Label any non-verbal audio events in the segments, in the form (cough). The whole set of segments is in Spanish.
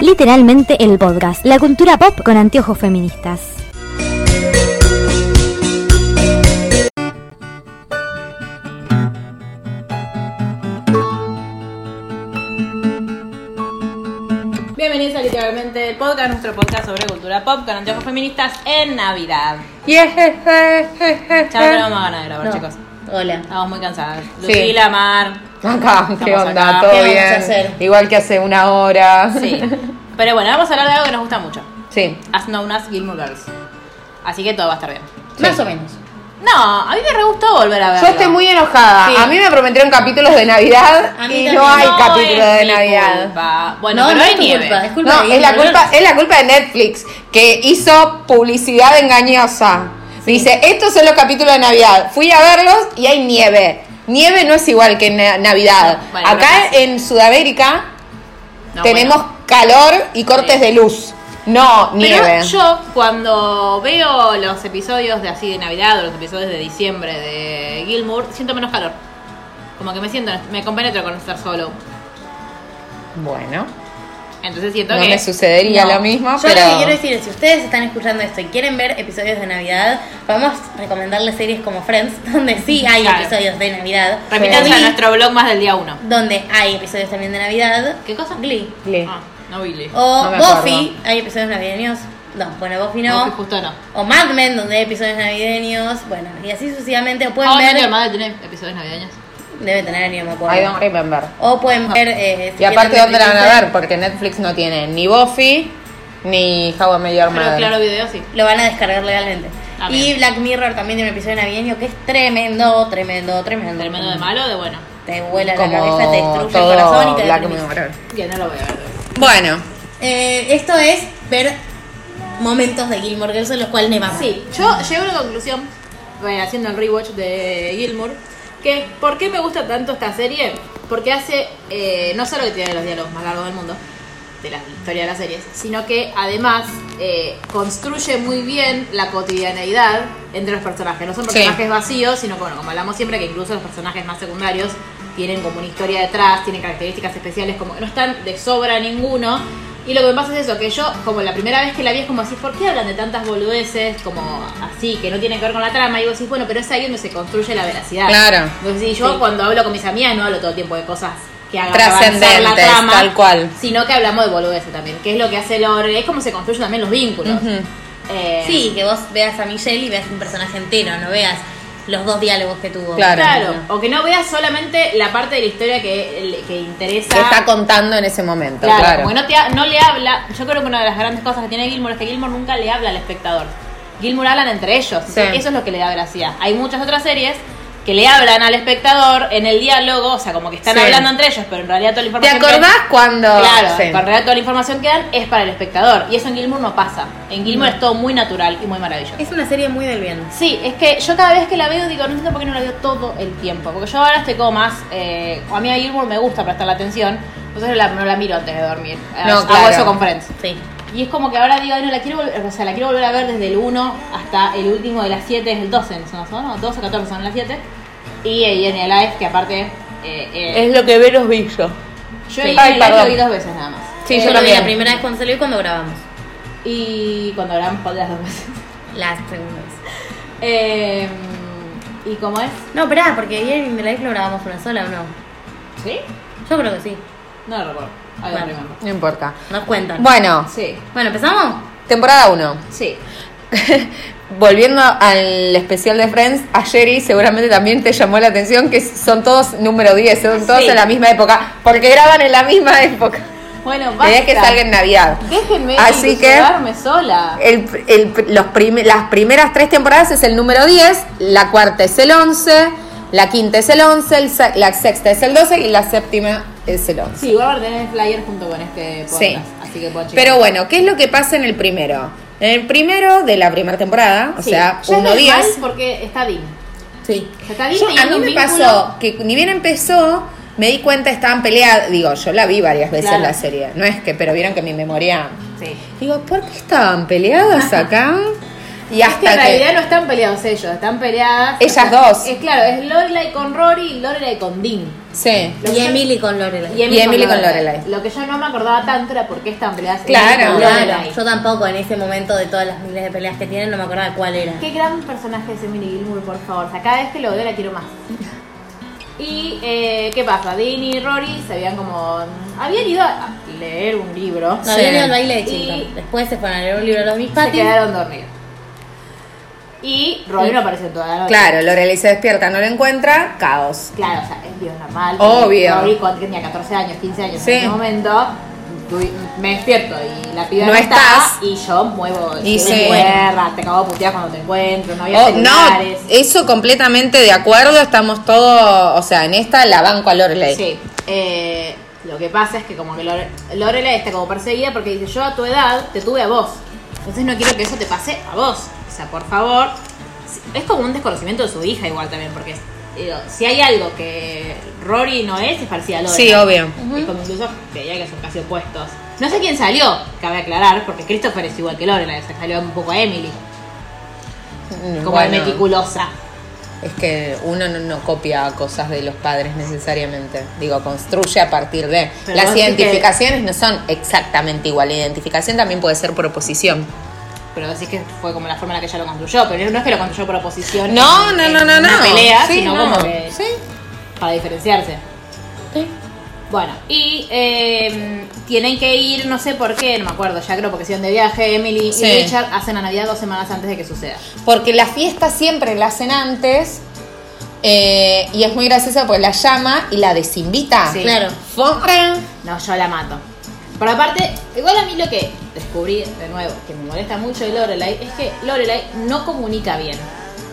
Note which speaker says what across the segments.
Speaker 1: literalmente el podcast, la cultura pop con anteojos feministas.
Speaker 2: Bienvenidos a literalmente el podcast, nuestro podcast sobre cultura pop con anteojos feministas en Navidad. Ya no tenemos más ganas de grabar,
Speaker 3: No.
Speaker 2: chicos.
Speaker 3: Hola.
Speaker 2: Estamos muy cansadas.
Speaker 3: Sí.
Speaker 2: Lucila, Mar.
Speaker 4: (laughs) Acá, ¿qué
Speaker 2: Estamos
Speaker 4: onda?
Speaker 2: acá.
Speaker 4: ¿Todo
Speaker 3: ¿Qué vamos a
Speaker 4: bien?
Speaker 3: hacer?
Speaker 4: Igual que hace una hora.
Speaker 2: Sí. Pero bueno, vamos a hablar de algo que nos gusta mucho.
Speaker 4: (laughs) Sí.
Speaker 2: As Known as Gilmore Girls. Así que todo va a estar bien.
Speaker 3: Más o menos.
Speaker 2: No, a mí me re gustó volver a verlo.
Speaker 4: Yo estoy muy enojada.
Speaker 2: Sí.
Speaker 4: A mí me prometieron capítulos de Navidad
Speaker 3: A mí
Speaker 4: y
Speaker 3: también.
Speaker 4: no hay
Speaker 2: No
Speaker 4: capítulo
Speaker 2: es
Speaker 4: de
Speaker 2: mi
Speaker 4: Navidad.
Speaker 2: culpa. Bueno, pero
Speaker 3: no
Speaker 2: hay
Speaker 3: es tu
Speaker 2: nieve.
Speaker 3: culpa, es culpa
Speaker 4: No,
Speaker 3: de
Speaker 4: es la,
Speaker 3: Gilmore
Speaker 4: culpa,
Speaker 3: Girls.
Speaker 4: es la culpa de Netflix, que hizo publicidad engañosa. Dice, estos son los capítulos de Navidad. Fui a verlos y hay nieve. Nieve no es igual que na- Navidad.
Speaker 2: No, bueno,
Speaker 4: Acá
Speaker 2: pero casi.
Speaker 4: en Sudamérica
Speaker 2: No,
Speaker 4: tenemos
Speaker 2: bueno.
Speaker 4: calor y cortes
Speaker 2: Sí.
Speaker 4: de luz. No, nieve.
Speaker 2: Pero yo cuando veo los episodios de así de Navidad o los episodios de diciembre de Gilmour, siento menos calor. Como que me siento, me compenetro con estar solo.
Speaker 4: Bueno,
Speaker 2: Entonces siento
Speaker 4: no
Speaker 2: que.
Speaker 4: me sucedería lo mismo,
Speaker 3: Yo
Speaker 4: pero...
Speaker 3: lo que quiero decir es, si ustedes están escuchando esto y quieren ver episodios de Navidad, vamos a recomendarles series como Friends, (laughs) donde sí hay
Speaker 2: Claro.
Speaker 3: episodios de Navidad.
Speaker 2: Repítanse
Speaker 3: Glee,
Speaker 2: a nuestro blog más del día 1.
Speaker 3: Donde hay episodios también de Navidad.
Speaker 2: ¿Qué cosa?
Speaker 3: Glee.
Speaker 4: Le-
Speaker 2: Ah, no Billy.
Speaker 3: O
Speaker 4: No me acuerdo.
Speaker 3: Buffy, hay episodios navideños. No, bueno, Buffy no.
Speaker 2: Justo no.
Speaker 3: O Mad Men, donde hay episodios navideños. Bueno, y así sucesivamente. O pueden
Speaker 2: Oh,
Speaker 3: ver...
Speaker 2: no, madre tiene episodios navideños.
Speaker 3: Debe tener, ni me
Speaker 4: I
Speaker 3: acuerdo.
Speaker 4: don't remember.
Speaker 3: O pueden ver... eh, si
Speaker 4: Y aparte,
Speaker 3: quieren
Speaker 4: ¿dónde la van a
Speaker 3: Netflix,
Speaker 4: ver? Porque Netflix no tiene ni Buffy ni How I Met Your
Speaker 2: Pero
Speaker 4: Mother.
Speaker 2: claro, video sí.
Speaker 3: Lo van a descargar legalmente.
Speaker 2: Ah,
Speaker 3: y
Speaker 2: bien.
Speaker 3: Black Mirror también tiene un episodio navideño que es tremendo, tremendo, tremendo.
Speaker 2: Tremendo de malo, de bueno.
Speaker 3: Te vuela
Speaker 4: Como
Speaker 3: la cabeza, te destruye
Speaker 4: todo
Speaker 3: el corazón y te
Speaker 4: Black
Speaker 3: deprimís.
Speaker 4: Mirror.
Speaker 2: Que no lo voy a ver.
Speaker 4: Bueno,
Speaker 3: Eh, Esto es ver momentos de Gilmore Girls en los cuales me mamá.
Speaker 2: Sí, yo llego a una conclusión, bueno, haciendo el rewatch de Gilmour, que es, ¿por qué me gusta tanto esta serie? Porque hace, eh, no solo que tiene los diálogos más largos del mundo, de la historia de las series, sino que además eh, construye muy bien la cotidianeidad entre los personajes. No son personajes vacíos, sino que, bueno, como hablamos siempre, que incluso los personajes más secundarios tienen como una historia detrás, tienen características especiales, como que no están de sobra ninguno. Y lo que me pasa es eso, que yo, como la primera vez que la vi, es como así, ¿por qué hablan de tantas boludeces como así, que no tienen que ver con la trama? Y vos decís, bueno, pero es ahí donde se construye la veracidad.
Speaker 4: Claro.
Speaker 2: Entonces, sí, yo cuando hablo con mis amigas no hablo todo el tiempo de cosas que hagan avanzar la
Speaker 4: Trascendentes,
Speaker 2: trama,
Speaker 4: tal cual.
Speaker 2: sino que hablamos de boludeces también, que es lo que hace Lore, es como se construyen también los vínculos.
Speaker 4: Ujú.
Speaker 2: Eh,
Speaker 3: Sí, que vos veas a Michelle y veas un personaje entero, no veas los dos diálogos que tuvo.
Speaker 4: Claro.
Speaker 2: claro. O que no veas solamente la parte de la historia que, que interesa.
Speaker 4: ¿qué está contando en ese momento?
Speaker 2: Claro,
Speaker 4: Claro.
Speaker 2: como que no, te ha- no le habla. Yo creo que una de las grandes cosas que tiene Gilmour es que Gilmour nunca le habla al espectador. Gilmour hablan entre ellos. Entonces,
Speaker 4: Sí.
Speaker 2: Eso es lo que le da gracia. Hay muchas otras series que le hablan al espectador en el diálogo, o sea, como que están
Speaker 4: Sí.
Speaker 2: hablando entre ellos, pero en realidad toda la
Speaker 4: ¿Te
Speaker 2: información. que-
Speaker 4: acordás cuando...?
Speaker 2: Claro,
Speaker 4: Sí.
Speaker 2: en realidad toda la información que dan es para el espectador. Y eso en Gilmour no pasa. En Gilmour es todo muy natural y muy maravilloso.
Speaker 3: Es una serie muy del bien.
Speaker 2: Sí, es que yo cada vez que la veo digo, no entiendo por qué no la veo todo el tiempo. Porque yo ahora estoy como más. eh, a mí a Gilmour me gusta prestar la atención. Entonces la- no la miro antes de dormir. Eh,
Speaker 4: No,
Speaker 2: Hago
Speaker 4: claro.
Speaker 2: eso con Friends.
Speaker 3: Sí.
Speaker 2: Y es como que ahora digo, ay, no la quiero, vol- o sea, la quiero volver a ver desde el 1 hasta el último de las 7, es el 12, ¿no son? ¿no? 12 o 14 son las 7. Y eh, y en el Live, que aparte. eh, eh,
Speaker 4: lo que Veros vi yo.
Speaker 2: yo
Speaker 4: sí.
Speaker 2: en
Speaker 4: Ay,
Speaker 2: el Live lo
Speaker 4: perdón.
Speaker 2: vi dos veces nada más. Eh,
Speaker 4: Sí,
Speaker 3: yo
Speaker 4: yo
Speaker 3: lo vi
Speaker 4: también.
Speaker 3: la primera vez cuando salió y cuando grabamos.
Speaker 2: Y cuando eran por las dos (laughs) veces.
Speaker 3: La segunda vez.
Speaker 2: Eh, ¿Y cómo es?
Speaker 3: No, pará, porque ayer en live lo grabamos una sola o no.
Speaker 2: ¿Sí?
Speaker 3: Yo creo que sí.
Speaker 2: No lo recuerdo. I don't
Speaker 3: Bueno.
Speaker 2: remember.
Speaker 4: No importa.
Speaker 3: Nos cuentan.
Speaker 4: Bueno,
Speaker 2: Sí,
Speaker 3: Bueno, ¿empezamos?
Speaker 4: temporada 1.
Speaker 2: sí.
Speaker 4: (laughs) Volviendo al especial de Friends, a Jerry seguramente también te llamó la atención que son todos número 10, son todos
Speaker 2: Sí.
Speaker 4: en la misma época, porque graban en la misma época.
Speaker 2: Bueno,
Speaker 4: La idea
Speaker 2: basta.
Speaker 4: es que salga en Navidad.
Speaker 2: Déjenme
Speaker 4: Así que-
Speaker 2: ilusionarme sola.
Speaker 4: El, el- los prim- las primeras tres temporadas es el número 10, la cuarta es el 11, la quinta es el 11, el se- la sexta es el 12 y la séptima es el 11.
Speaker 2: Sí, igual van a tener flyer junto con este podcast.
Speaker 4: Sí.
Speaker 2: Así que puedo chequear.
Speaker 4: Pero bueno, ¿qué es lo que pasa en el primero? En el primero de la primera temporada, o
Speaker 2: Sí,
Speaker 4: sea,
Speaker 2: ya es normal
Speaker 4: 1-10.
Speaker 2: porque está Dean.
Speaker 4: Sí.
Speaker 2: O sea, está Dean
Speaker 4: Yo- a
Speaker 2: teniendo
Speaker 4: mí me
Speaker 2: un vínculo-
Speaker 4: pasó que ni bien empezó, me di cuenta estaban peleadas. Digo, yo la vi varias veces
Speaker 2: Claro.
Speaker 4: la serie. No es que, pero vieron que mi memoria.
Speaker 2: Sí.
Speaker 4: Digo, ¿por qué estaban peleadas acá? Y
Speaker 2: Es que
Speaker 4: hasta
Speaker 2: en realidad
Speaker 4: que.
Speaker 2: no están peleados ellos, están peleadas.
Speaker 4: Ellas dos.
Speaker 2: Es claro, es Lorelai con Rory y Lorelai con Dean.
Speaker 4: Sí.
Speaker 2: Lo que
Speaker 3: Y
Speaker 2: yo-
Speaker 3: Emily con Lorelai.
Speaker 4: Y Emily con Lorelai.
Speaker 2: Lo que yo no me acordaba tanto era por qué están peleadas.
Speaker 4: Claro,
Speaker 2: Emily con
Speaker 3: Claro,
Speaker 2: Lorelai.
Speaker 3: yo tampoco en ese momento de todas las miles de peleas que tienen no me acordaba cuál era.
Speaker 2: Qué gran personaje es Emily Gilmour, por favor. O sea, cada vez que lo veo la quiero más. Y, eh, ¿qué pasa? Dean y Rory se habían como... Habían ido a leer un libro.
Speaker 3: No,
Speaker 4: Sí.
Speaker 3: habían ido al baile de
Speaker 2: Y-
Speaker 3: chicos. Después se fueron a leer un libro de los mis
Speaker 2: Se
Speaker 3: patis.
Speaker 2: quedaron dormidos. Y Rory no apareció en toda la noche.
Speaker 4: Claro, Lorelei se despierta, no lo encuentra, caos.
Speaker 2: Claro, o sea, es bien normal.
Speaker 4: Obvio.
Speaker 2: Rory cuando tenía 14 años, 15 años
Speaker 4: Sí.
Speaker 2: en ese momento... tu- Me despierto y la piba
Speaker 4: No
Speaker 2: no, está,
Speaker 4: estás.
Speaker 2: y yo muevo
Speaker 4: Y
Speaker 2: yo
Speaker 4: sí.
Speaker 2: me guerra, te acabo de putear cuando te encuentro, no había
Speaker 4: Oh, no,
Speaker 2: celulares.
Speaker 4: eso completamente de acuerdo, estamos todos, o sea, en esta la banco a Lorelei.
Speaker 2: Sí. eh, lo que pasa es que como que Lore- Lorelai está como perseguida porque dice, yo a tu edad te tuve a vos. Entonces no quiero que eso te pase a vos. O sea, por favor. Es como un desconocimiento de su hija igual también, porque digo, si hay algo que Rory no es, es parecida a Lorelai.
Speaker 4: Sí, obvio.
Speaker 2: Es como incluso veía que son casi opuestos. No sé quién salió, cabe aclarar, porque Christopher es igual que Lorelai, o sea, salió un poco a Emily, como de
Speaker 4: Bueno,
Speaker 2: meticulosa.
Speaker 4: es que uno no, no copia cosas de los padres necesariamente, digo, construye a partir de...
Speaker 2: Pero
Speaker 4: Las
Speaker 2: vos decís que-
Speaker 4: identificaciones no son exactamente igual, la identificación también puede ser por oposición.
Speaker 2: Pero decís que fue como la forma en la que ella lo construyó, pero no es que lo construyó por oposición.
Speaker 4: No,
Speaker 2: en-
Speaker 4: no,
Speaker 2: en
Speaker 4: no, no,
Speaker 2: una
Speaker 4: no.
Speaker 2: pelea,
Speaker 4: Sí,
Speaker 2: sino
Speaker 4: no.
Speaker 2: como que
Speaker 4: Sí.
Speaker 2: para diferenciarse. Bueno, y eh, tienen que ir, no sé por qué, no me acuerdo, ya creo porque si van de viaje, Emily
Speaker 4: Sí.
Speaker 2: y Richard hacen la Navidad dos semanas antes de que suceda.
Speaker 4: Porque la fiesta siempre la hacen antes eh, y es muy graciosa porque la llama y la desinvita.
Speaker 2: Sí.
Speaker 3: Claro.
Speaker 4: Forra.
Speaker 2: No, yo la mato. Pero aparte, igual a mí lo que descubrí de nuevo, que me molesta mucho de Lorelai, es que Lorelai no comunica bien.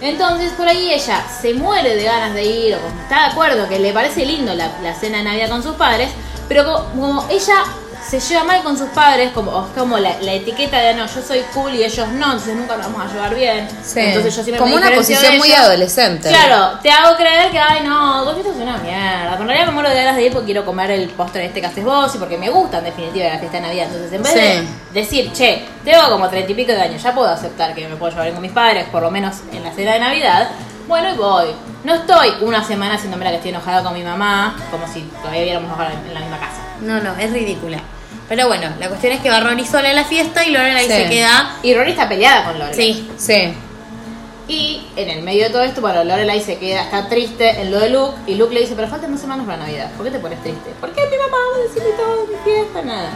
Speaker 2: Entonces, por ahí ella se muere de ganas de ir, o como está de acuerdo que le parece lindo la, la cena de Navidad con sus padres, pero co- como, ella se lleva mal con sus padres, como, o es como la, la etiqueta de no, yo soy cool y ellos no, entonces nunca nos vamos a llevar bien.
Speaker 4: Sí.
Speaker 2: Entonces yo siempre
Speaker 4: Como
Speaker 2: me
Speaker 4: una
Speaker 2: diferencio de
Speaker 4: posición muy
Speaker 2: ellos.
Speaker 4: adolescente.
Speaker 2: Claro, te hago creer que, ay, no, vos esto es una mierda. Pero en realidad me muero de ganas de ir porque quiero comer el postre de este que haces vos y porque me gusta, en definitiva, la fiesta de Navidad. Entonces, en vez de
Speaker 4: Sí.
Speaker 2: decir, che, tengo como treinta y pico de años, ya puedo aceptar que me puedo llevar bien con mis padres, por lo menos en la cena de Navidad, bueno, y voy. No estoy una semana haciéndome la que estoy enojada con mi mamá, como si todavía viéramos ahora en la misma casa.
Speaker 3: No, no, es ridícula. Pero bueno, la cuestión es que va Rory sola a la fiesta y Lorelai
Speaker 4: Sí.
Speaker 3: se queda.
Speaker 2: Y Rory está peleada con Lorelai.
Speaker 3: Sí.
Speaker 4: Sí.
Speaker 2: Y en el medio de todo esto, bueno, Lorelai se queda, está triste en lo de Luke. Y Luke le dice, pero faltan dos semanas para Navidad. ¿Por qué te pones triste? ¿Por qué mi mamá va a decirle todo mi fiesta? Nada.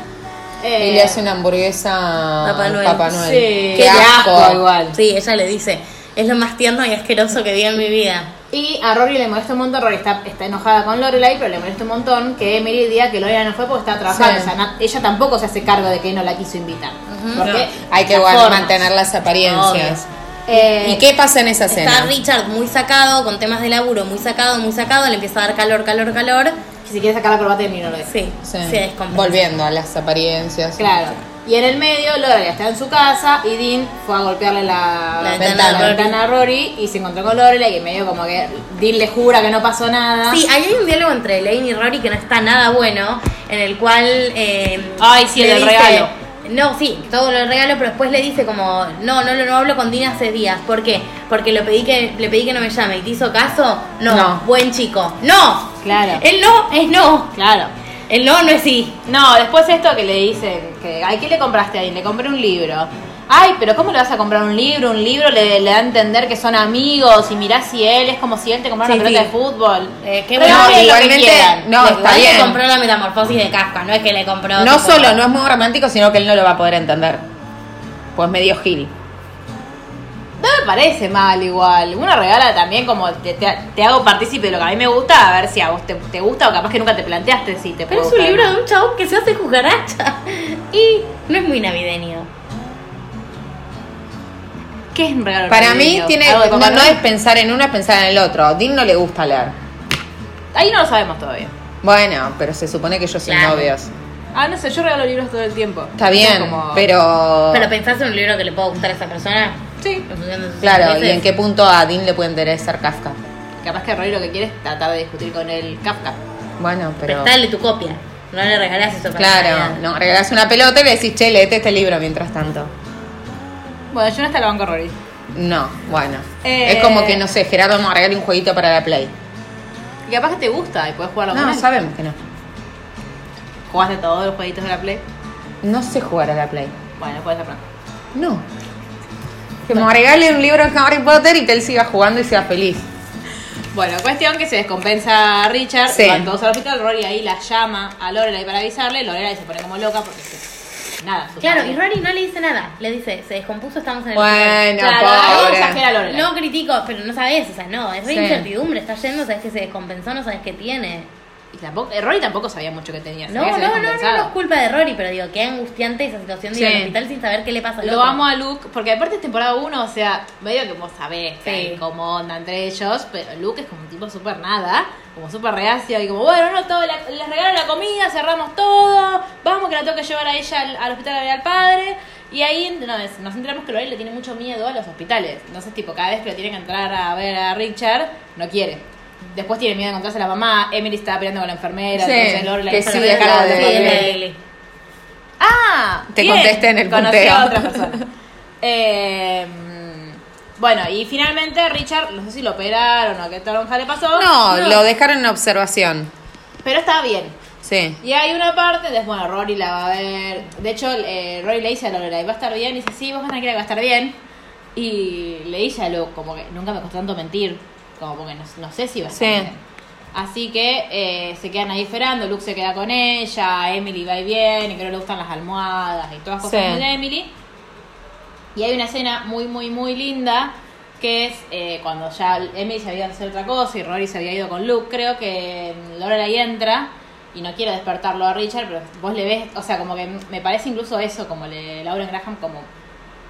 Speaker 2: Eh,
Speaker 4: Y le hace una hamburguesa a
Speaker 3: Papá Noel.
Speaker 2: Sí, qué asco. igual.
Speaker 3: Sí, ella le dice, es lo más tierno y asqueroso que vi en mi vida.
Speaker 2: Y a Rory le molesta un montón. Rory está, está enojada con Lorelai, pero le molesta un montón que Emily diga que Lorelai no fue porque estaba trabajando.
Speaker 4: Sí.
Speaker 2: O sea, na- ella tampoco se hace cargo de que no la quiso invitar. Porque
Speaker 4: Hay que
Speaker 2: las
Speaker 4: bueno,
Speaker 2: formas.
Speaker 4: mantener las apariencias.
Speaker 2: Eh,
Speaker 4: ¿Y qué pasa en esa
Speaker 3: Está
Speaker 4: cena?
Speaker 3: Richard muy sacado, con temas de laburo, muy sacado, muy sacado, le empieza a dar calor, calor, calor.
Speaker 2: que Si quiere sacar la corbata de mí, no lo es.
Speaker 3: Sí,
Speaker 4: Sí.
Speaker 3: se descompensa.
Speaker 4: Volviendo a las apariencias.
Speaker 2: Claro. Y en el medio, Lorelai está en su casa y Dean fue a golpearle la,
Speaker 3: La
Speaker 4: ventana
Speaker 2: la
Speaker 3: a Rory.
Speaker 2: ventana a Rory y se encontró con Lorelai y en medio como que Dean le jura que no pasó nada.
Speaker 3: Sí, ahí hay un diálogo entre Elaine y Rory que no está nada bueno, en el cual... eh,
Speaker 2: Ay, sí, el
Speaker 3: le
Speaker 2: del
Speaker 3: dice-
Speaker 2: regalo.
Speaker 3: No, sí, todo lo del regalo, pero después le dice como, no, no, no, no hablo con Dina hace días. ¿Por qué? Porque lo pedí que, le pedí que no me llame y te hizo caso. No,
Speaker 4: No.
Speaker 3: buen chico. No.
Speaker 2: Claro.
Speaker 3: El no es no.
Speaker 2: Claro.
Speaker 3: El no no es sí.
Speaker 2: No, después esto que le dicen, que, ay, ¿qué le compraste a Dean? Le compré un libro. Ay, pero ¿cómo le vas a comprar un libro? Un libro le, le da a entender que son amigos y mirá si él es como si él te comprara
Speaker 3: Sí,
Speaker 2: una pelota
Speaker 3: sí.
Speaker 2: de fútbol.
Speaker 3: Eh, qué
Speaker 2: Pero
Speaker 3: bueno,
Speaker 2: hagan lo que
Speaker 4: igualmente,
Speaker 2: quieran.
Speaker 4: No,
Speaker 3: Le-
Speaker 4: está
Speaker 3: igual le
Speaker 4: bien.
Speaker 3: compró la metamorfosis de Kafka, no es que le compró.
Speaker 4: No
Speaker 3: tipo-
Speaker 4: solo no es muy romántico, sino que él no lo va a poder entender. Pues medio gil.
Speaker 2: No me parece mal igual. Uno regala también como te, te- te hago partícipe de lo que a mí me gusta, a ver si a vos te, te gusta o capaz que nunca te planteaste si te
Speaker 3: Pero es
Speaker 2: puede gustar.
Speaker 3: un libro de un chabón que se hace cucaracha. (laughs) Y no es muy navideño.
Speaker 2: ¿Qué es un regalo
Speaker 4: Para mí
Speaker 2: navideño?
Speaker 4: tiene
Speaker 2: ¿Algo de
Speaker 4: no,
Speaker 2: Papá
Speaker 4: no
Speaker 2: Noel?
Speaker 4: es pensar en uno, es pensar en el otro. Dean no le gusta leer.
Speaker 2: Ahí no lo sabemos todavía.
Speaker 4: Bueno, pero se supone que ellos son
Speaker 3: Claro.
Speaker 4: novios.
Speaker 2: Ah, no sé, yo regalo libros todo el tiempo.
Speaker 4: Está
Speaker 2: Es
Speaker 4: bien,
Speaker 2: como-
Speaker 4: pero...
Speaker 3: Pero pensás en un libro que le pueda gustar a esa persona.
Speaker 2: Sí.
Speaker 3: en función de sus
Speaker 4: Claro, ¿y
Speaker 3: intereses.
Speaker 4: en qué punto a Dean le puede interesar Kafka?
Speaker 2: Capaz que Roy lo que quiere es tratar de discutir con el Kafka.
Speaker 4: Bueno, pero...
Speaker 3: Prestale pues, tu copia. No le regalás eso para
Speaker 4: Claro,
Speaker 3: Navidad.
Speaker 4: no, regalás una pelota y le decís, che, leete este libro mientras tanto.
Speaker 2: Bueno, yo no hasta la banco Rory.
Speaker 4: No, bueno.
Speaker 2: Eh.
Speaker 4: Es como que, no sé, Gerardo nos regale un jueguito para la Play.
Speaker 2: Y capaz que te gusta y puedes jugarlo con
Speaker 4: No,
Speaker 2: él.
Speaker 4: sabemos que no.
Speaker 2: Jugás de todos los jueguitos de la Play.
Speaker 4: No sé jugar a la Play.
Speaker 2: Bueno, puedes aprender.
Speaker 4: No. Que me regale un libro de Harry Potter y que él siga jugando y sea feliz.
Speaker 2: Bueno, cuestión que se descompensa a Richard,
Speaker 4: Sí.
Speaker 2: van todos al hospital, Rory ahí la llama a Lorelai para avisarle, Lorelai se pone como loca porque se- nada. su
Speaker 3: Claro,
Speaker 2: padre-
Speaker 3: y Rory no le dice nada. Le dice, se descompuso, estamos en el hospital.
Speaker 4: Bueno,
Speaker 2: Claro, algo exagera
Speaker 4: pobre.
Speaker 2: Lorelai.
Speaker 3: No critico, pero no sabes, o sea, no, es re
Speaker 4: Sí.
Speaker 3: incertidumbre, está yendo, sabes que se descompensó, no sabes qué tiene.
Speaker 2: Y tampoco, eh, Rory tampoco sabía mucho que tenía.
Speaker 3: No,
Speaker 2: sabía que
Speaker 3: no,
Speaker 2: se
Speaker 3: no,
Speaker 2: había
Speaker 3: no, no
Speaker 2: compensado.
Speaker 3: es culpa de Rory, pero digo, qué angustiante esa situación de ir
Speaker 4: Sí.
Speaker 3: al hospital sin saber qué le pasa al
Speaker 2: Lo
Speaker 3: otro.
Speaker 2: amo a Luke, porque aparte es temporada 1, o sea, medio que vos sabés que
Speaker 3: Sí.
Speaker 2: hay como onda entre ellos, pero Luke es como un tipo súper nada, como súper reacio y como, bueno, no, todo, la- les regalo la comida, cerramos todo, vamos que la tengo que llevar a ella al, al hospital a ver al padre. Y ahí no, es- nos enteramos que Lorelai le tiene mucho miedo a los hospitales. Entonces, tipo, cada vez que lo tiene que entrar a ver a Richard, no quiere. Después tiene miedo de encontrarse a la mamá, Emily está peleando con la enfermera,
Speaker 4: Sí,
Speaker 2: entonces Lorelai
Speaker 4: que
Speaker 2: se
Speaker 4: sí,
Speaker 2: la
Speaker 4: es
Speaker 2: cara
Speaker 4: la
Speaker 2: de los
Speaker 3: Sí,
Speaker 4: de-
Speaker 3: es
Speaker 2: papeles.
Speaker 3: la Eli.
Speaker 2: Ah,
Speaker 4: Te
Speaker 2: bien.
Speaker 4: contesté en el
Speaker 2: Conocí
Speaker 4: punteo.
Speaker 2: a otra persona. (laughs) Eh, bueno, y finalmente Richard, no sé si lo operaron o qué toronja le pasó.
Speaker 4: No, lo dejaron en observación.
Speaker 2: Pero estaba bien.
Speaker 4: Sí.
Speaker 2: Y hay una parte, entonces, bueno, Rory la va a ver. De hecho, eh, Rory le dice a Lorelai, va a estar bien. Y dice, sí, vos vas a tranquila que va a estar bien. Y le dice a Luke, como que nunca me costó tanto mentir. Como porque no, no sé si va a estar
Speaker 4: Sí.
Speaker 2: bien. Así que eh, se quedan ahí esperando. Luke se queda con ella. Emily va y viene. Y creo que le gustan las almohadas y todas cosas
Speaker 4: Sí.
Speaker 2: muy de Emily. Y hay una escena muy, muy, muy linda que es eh, cuando ya Emily se había ido a hacer otra cosa y Rory se había ido con Luke. Creo que mm, Lorelai entra y no quiero despertarlo a Richard, pero vos le ves, o sea, como que me parece incluso eso, como le Lauren Graham, como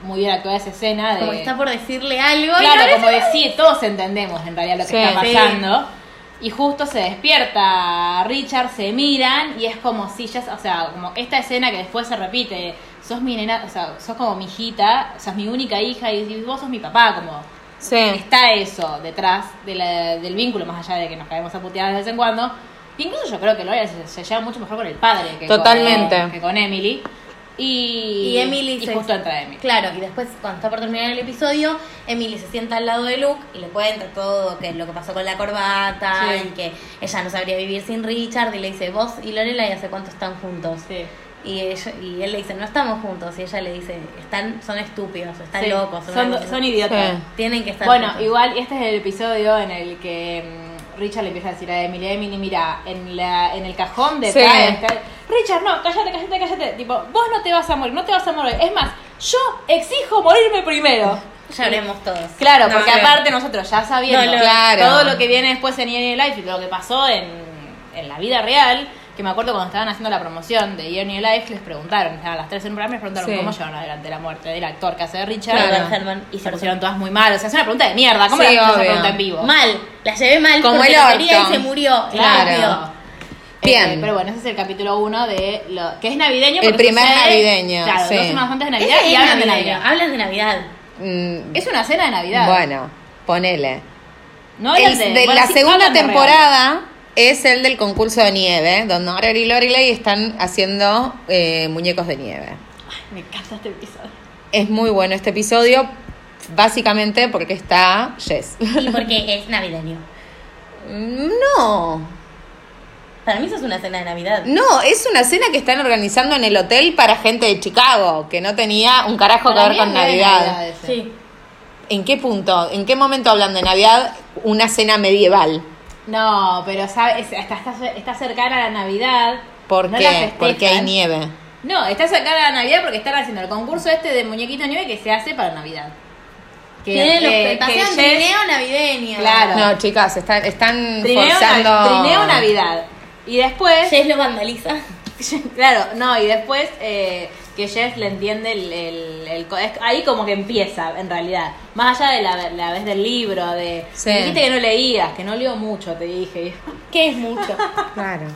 Speaker 2: muy bien actuada esa escena. De,
Speaker 3: Como que está por decirle algo. y no
Speaker 2: Claro,
Speaker 3: le-
Speaker 2: como decía, todos entendemos en realidad lo que
Speaker 4: Sí,
Speaker 2: está
Speaker 3: sí.
Speaker 2: pasando. Y justo se despierta Richard, se miran y es como si ya, o sea, como esta escena que después se repite, sos mi nena, o sea, sos como mi hijita, o sea, es mi única hija y y vos sos mi papá, como
Speaker 4: Sí.
Speaker 2: está eso detrás de la- del vínculo, más allá de que nos caemos a puteadas de vez en cuando. Y incluso yo creo que Lorelai se, se lleva mucho mejor con el padre que,
Speaker 4: Totalmente.
Speaker 2: Con, que con Emily. Y,
Speaker 3: Y Emily
Speaker 2: y
Speaker 3: se-
Speaker 2: justo entra Emily.
Speaker 3: Claro, y después cuando está por terminar el episodio, Emily se sienta al lado de Luke y le cuenta todo que lo que pasó con la corbata
Speaker 2: Sí.
Speaker 3: y que ella no sabría vivir sin Richard y le dice, vos y Lorelai hace cuánto están juntos.
Speaker 2: Sí.
Speaker 3: Y, ella- y él le dice, no estamos juntos. Y ella le dice, están, son estúpidos, están
Speaker 2: Sí.
Speaker 3: locos. una
Speaker 2: Son,
Speaker 3: cosa
Speaker 2: son
Speaker 3: así".
Speaker 2: idiotas.
Speaker 4: Sí.
Speaker 3: Tienen que estar
Speaker 2: Bueno,
Speaker 3: juntos.
Speaker 2: igual este es el episodio en el que mm, Richard le empieza a decir a Emily, Emily, mira, en, la, en el cajón de
Speaker 4: Sí.
Speaker 2: tal, está- Richard, no, cállate, cállate, cállate. Tipo, vos no te vas a morir, no te vas a morir. Es más, yo exijo morirme primero.
Speaker 3: Ya hablemos todos.
Speaker 2: Claro,
Speaker 4: No,
Speaker 2: porque
Speaker 4: claro.
Speaker 2: aparte nosotros ya sabiendo
Speaker 3: No, no.
Speaker 4: Claro.
Speaker 2: todo lo que viene después en Yearny Life y lo que pasó en, en la vida real, que me acuerdo cuando estaban haciendo la promoción de Yearny Life, les preguntaron, estaban las tres en un programa, les preguntaron
Speaker 4: Sí.
Speaker 2: cómo llevaron adelante la muerte del actor que hace de Richard.
Speaker 3: Claro,
Speaker 4: Claro.
Speaker 3: Herman y
Speaker 2: Y se
Speaker 3: Sartor.
Speaker 2: pusieron todas muy mal. O sea, es una pregunta de mierda. ¿Cómo
Speaker 4: Sí,
Speaker 2: la vas a hacer
Speaker 4: obvio.
Speaker 2: pregunta en vivo?
Speaker 3: Mal, la llevé mal
Speaker 4: Como
Speaker 3: porque
Speaker 4: el
Speaker 3: lo quería
Speaker 4: orto.
Speaker 3: y se murió.
Speaker 2: Claro.
Speaker 3: Estúpido.
Speaker 2: Eh,
Speaker 4: Bien.
Speaker 2: pero bueno, ese es el capítulo 1 de lo que es navideño.
Speaker 4: El
Speaker 2: porque
Speaker 4: primer
Speaker 2: sucede-
Speaker 4: navideño,
Speaker 2: Claro,
Speaker 4: sí.
Speaker 2: dos semanas antes de
Speaker 3: Ese
Speaker 2: Navidad
Speaker 3: es
Speaker 2: y hablan de
Speaker 3: navideño,
Speaker 2: Navidad. Ah,
Speaker 3: Hablan de Navidad.
Speaker 4: Mm,
Speaker 2: Es una cena de Navidad.
Speaker 4: Bueno, ponele.
Speaker 2: No hablan
Speaker 4: El-
Speaker 2: de,
Speaker 4: de
Speaker 2: bueno,
Speaker 4: la
Speaker 2: sí,
Speaker 4: segunda
Speaker 2: hablan de
Speaker 4: temporada es el del concurso de nieve, donde Aurora y Lorelei están haciendo eh, muñecos de nieve.
Speaker 2: regalos. Me encanta este episodio.
Speaker 4: Es muy bueno este episodio, básicamente porque está Jess.
Speaker 3: Y porque es navideño.
Speaker 4: No,
Speaker 3: Para mí eso es una cena de Navidad.
Speaker 4: no, es una cena que están organizando en el hotel para gente de Chicago, que no tenía un carajo que
Speaker 2: Para
Speaker 4: ver
Speaker 2: mí
Speaker 4: con
Speaker 2: es re de
Speaker 4: Navidad.
Speaker 2: Navidad ese.
Speaker 3: Sí.
Speaker 4: ¿En qué punto, en qué momento hablan de Navidad una cena medieval?
Speaker 2: No, pero ¿sabes? Está, está, está cercana a la Navidad.
Speaker 4: ¿Por
Speaker 2: No la
Speaker 4: qué?
Speaker 2: festejan.
Speaker 4: Porque hay nieve.
Speaker 2: No, está cercana a la Navidad porque están haciendo el concurso este de muñequito de nieve que se hace para Navidad. Que,
Speaker 3: Tiene
Speaker 2: que-
Speaker 3: los
Speaker 2: que
Speaker 3: pasean
Speaker 2: Jess-
Speaker 3: trineo navideño.
Speaker 2: Claro.
Speaker 4: No, chicas, están, están
Speaker 2: Trineo,
Speaker 4: forzando.
Speaker 2: trineo Navidad. Y después,
Speaker 3: Jess lo vandaliza.
Speaker 2: (laughs) claro, no, y después eh, que Jess le entiende el, el- el co- es ahí como que empieza en realidad, más allá de la, la vez del libro, de
Speaker 4: Sí.
Speaker 2: me dijiste que no leías, que no leo mucho, te dije. (laughs)
Speaker 3: Que es mucho.
Speaker 4: Claro.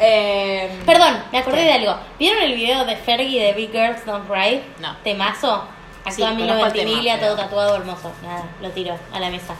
Speaker 2: Eh,
Speaker 3: Perdón, me acordé de algo. ¿Vieron el video de Fergie de Big Girls Don't Cry?
Speaker 2: No.
Speaker 3: Temazo.
Speaker 2: Sí,
Speaker 3: Actúa Milo
Speaker 2: conozco el
Speaker 3: Ventimiglia,
Speaker 2: tema,
Speaker 3: todo
Speaker 2: pero-
Speaker 3: tatuado hermoso. Nada, lo tiro a la mesa.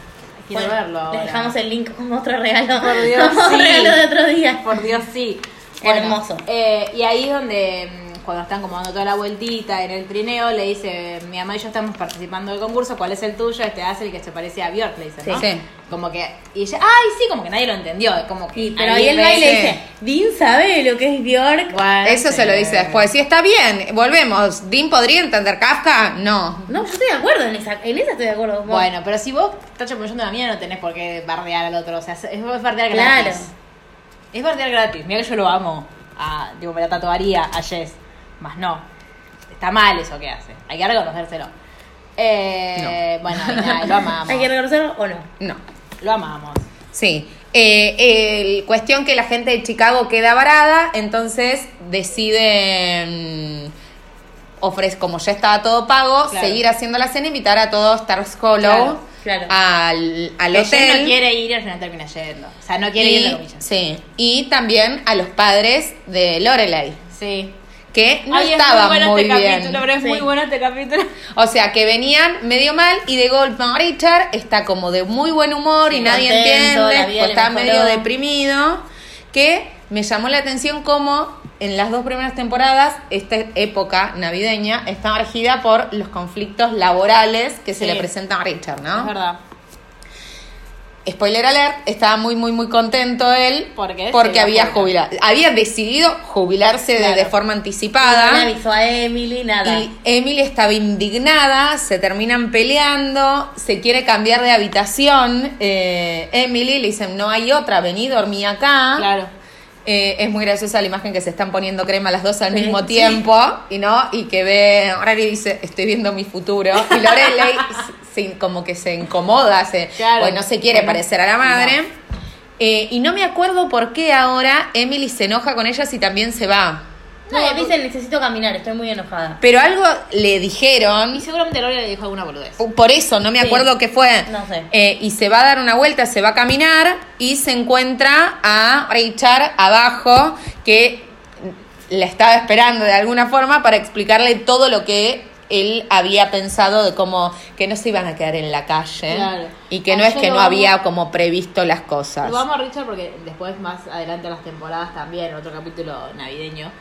Speaker 2: Quiero verlo ahora.
Speaker 3: Les dejamos el link como otro regalo. (laughs)
Speaker 2: Por Dios,
Speaker 3: como
Speaker 2: sí.
Speaker 3: regalo de otro día.
Speaker 2: por Dios, sí.
Speaker 3: Hermoso.
Speaker 2: eh, y ahí es donde, mm, cuando están como dando toda la vueltita en el trineo, le dice, mi mamá y yo estamos participando del concurso, ¿cuál es el tuyo? Este hace el que se parece a Björk, le dice, ¿no?
Speaker 4: Sí. Sí.
Speaker 2: Como que, y ella, ay, sí, como que nadie lo entendió, como que...
Speaker 5: Y- pero ahí el
Speaker 2: le
Speaker 5: baile
Speaker 4: dice-
Speaker 5: dice, Dean sabe lo que es Bjork.
Speaker 2: "Bueno,
Speaker 4: Eso se lo dice después. Sí, está bien. Volvemos. ¿Dean podría entender Kafka? No.
Speaker 5: No, yo estoy de acuerdo en esa, en esa estoy de acuerdo. con vos.
Speaker 2: Bueno, pero si vos estás chamullando la mía, no tenés por qué bardear al otro. O sea, es es bardear
Speaker 5: Claro.
Speaker 2: gratis. Es bardear gratis. Mira que yo lo amo. A, digo, me la tatuaría a Jess. Más no. Está mal eso que hace. Hay que reconocérselo. Eh, Bueno, y nada, lo
Speaker 3: (laughs)
Speaker 2: amamos.
Speaker 5: ¿Hay que reconocerlo o no?
Speaker 4: No.
Speaker 2: Lo amamos.
Speaker 4: Sí. Eh, el- cuestión que la gente de Chicago queda varada, entonces deciden, ofrece, como ya estaba todo pago,
Speaker 2: Claro.
Speaker 4: seguir haciendo la cena, invitar a todos Stars Hollow
Speaker 5: claro.
Speaker 2: Claro,
Speaker 4: al, al
Speaker 2: Que Jess
Speaker 4: hotel.
Speaker 2: no quiere ir y al final termina yendo. O sea, no quiere ir de
Speaker 4: y,
Speaker 2: comillas.
Speaker 4: sí, y también a los padres de Lorelai,
Speaker 2: Sí.
Speaker 4: que no
Speaker 2: Ay, es
Speaker 4: estaban
Speaker 2: bueno
Speaker 4: muy,
Speaker 2: este
Speaker 4: bien.
Speaker 2: capítulo, pero es
Speaker 5: Sí.
Speaker 2: muy bueno este capítulo.
Speaker 4: O sea, que venían medio mal y de golpe Richard está como de muy buen humor y
Speaker 5: Sí,
Speaker 4: nadie
Speaker 5: contento, la
Speaker 4: entiende,
Speaker 5: vida
Speaker 4: o
Speaker 5: le
Speaker 4: está
Speaker 5: mejoró.
Speaker 4: medio deprimido, que me llamó la atención cómo en las dos primeras temporadas esta época navideña está regida por los conflictos laborales que se
Speaker 2: Sí.
Speaker 4: le presentan a Richard,
Speaker 2: Es
Speaker 4: ¿no?
Speaker 2: verdad.
Speaker 4: Spoiler alert, estaba muy muy muy contento él
Speaker 2: ¿Por qué? Se
Speaker 4: porque
Speaker 2: iba a
Speaker 4: había
Speaker 2: jubilar.
Speaker 4: jubila- había decidido jubilarse de-
Speaker 2: Claro.
Speaker 4: de, forma anticipada.
Speaker 5: No le avisó a Emily, nada.
Speaker 4: Ah. Y Emily estaba indignada, se terminan peleando, se quiere cambiar de habitación. eh, Emily le dicen, no hay otra, vení, dormí acá.
Speaker 2: Claro.
Speaker 4: Eh, es muy graciosa la imagen que se están poniendo crema las dos al
Speaker 5: Sí,
Speaker 4: mismo
Speaker 5: sí.
Speaker 4: tiempo, y no, y que ve, Rari dice, estoy viendo mi futuro. Y Lorelei se- se- como que se incomoda, se,
Speaker 2: Claro.
Speaker 4: pues no se quiere
Speaker 2: Bueno,
Speaker 4: parecer a la madre. Eh, y no me acuerdo por qué ahora Emily se enoja con ella si también se va.
Speaker 5: No,
Speaker 2: No,
Speaker 5: dice, necesito caminar, estoy muy enojada.
Speaker 4: Pero algo le dijeron.
Speaker 2: Y seguramente Lore le dijo alguna boludez.
Speaker 4: Por eso, no me
Speaker 5: Sí.
Speaker 4: acuerdo qué fue.
Speaker 5: No sé.
Speaker 4: Eh, y se va a dar una vuelta, se va a caminar y se encuentra a Richard abajo que la estaba esperando de alguna forma para explicarle todo lo que él había pensado de cómo que no se iban a quedar en la calle
Speaker 2: Claro.
Speaker 4: y que
Speaker 2: Ay,
Speaker 4: no es
Speaker 2: yo
Speaker 4: que
Speaker 2: lo
Speaker 4: no
Speaker 2: amo.
Speaker 4: había como previsto las cosas.
Speaker 2: Lo vamos a Richard porque después, más adelante en las temporadas también, otro capítulo navideño,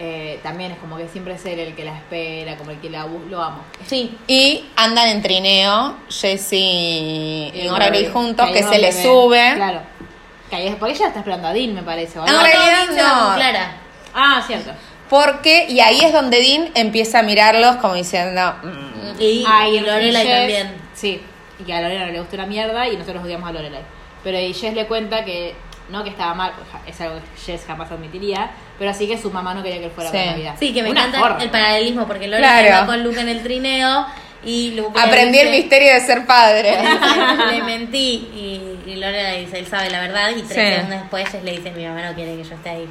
Speaker 2: eh, también es como que siempre es él el que la espera, como el que la busca, lo amo.
Speaker 5: Sí.
Speaker 4: Y andan en trineo, Jesse y Rory
Speaker 2: Rory,
Speaker 4: juntos,
Speaker 2: ahí
Speaker 4: que
Speaker 2: es
Speaker 4: se
Speaker 2: donde
Speaker 4: le
Speaker 2: ve-
Speaker 4: sube.
Speaker 2: Claro. Que ahí es- porque ella está esperando a Dean, me parece. o
Speaker 4: En
Speaker 2: algo.
Speaker 4: realidad-
Speaker 5: Todo dice la
Speaker 4: no.
Speaker 5: Clara.
Speaker 2: Ah, cierto.
Speaker 4: Porque, y ahí es donde Dean empieza a mirarlos como diciendo, "Mm,
Speaker 5: Y,
Speaker 2: Ay,
Speaker 5: y Lorelai
Speaker 2: Jess-
Speaker 5: también.
Speaker 2: Sí. Y que a Lorelai no le gustó una mierda y nosotros odiamos a Lorelai. Pero y Jess le cuenta que no que estaba mal, pues, ja- es algo que Jess jamás admitiría, pero así que su mamá no quería que él fuera
Speaker 4: Sí.
Speaker 2: para Navidad.
Speaker 5: Sí, que me
Speaker 2: Una
Speaker 5: encanta
Speaker 2: forra.
Speaker 5: el paralelismo porque Lorelai
Speaker 4: Claro.
Speaker 5: va con Luke en el trineo y Luke le
Speaker 4: Aprendí el
Speaker 5: dice-
Speaker 4: misterio de ser padre.
Speaker 5: le mentí y, y Lorelai dice, él sabe la verdad y tres
Speaker 4: Sí.
Speaker 5: segundos después ella le dice, mi mamá no quiere que yo esté ahí.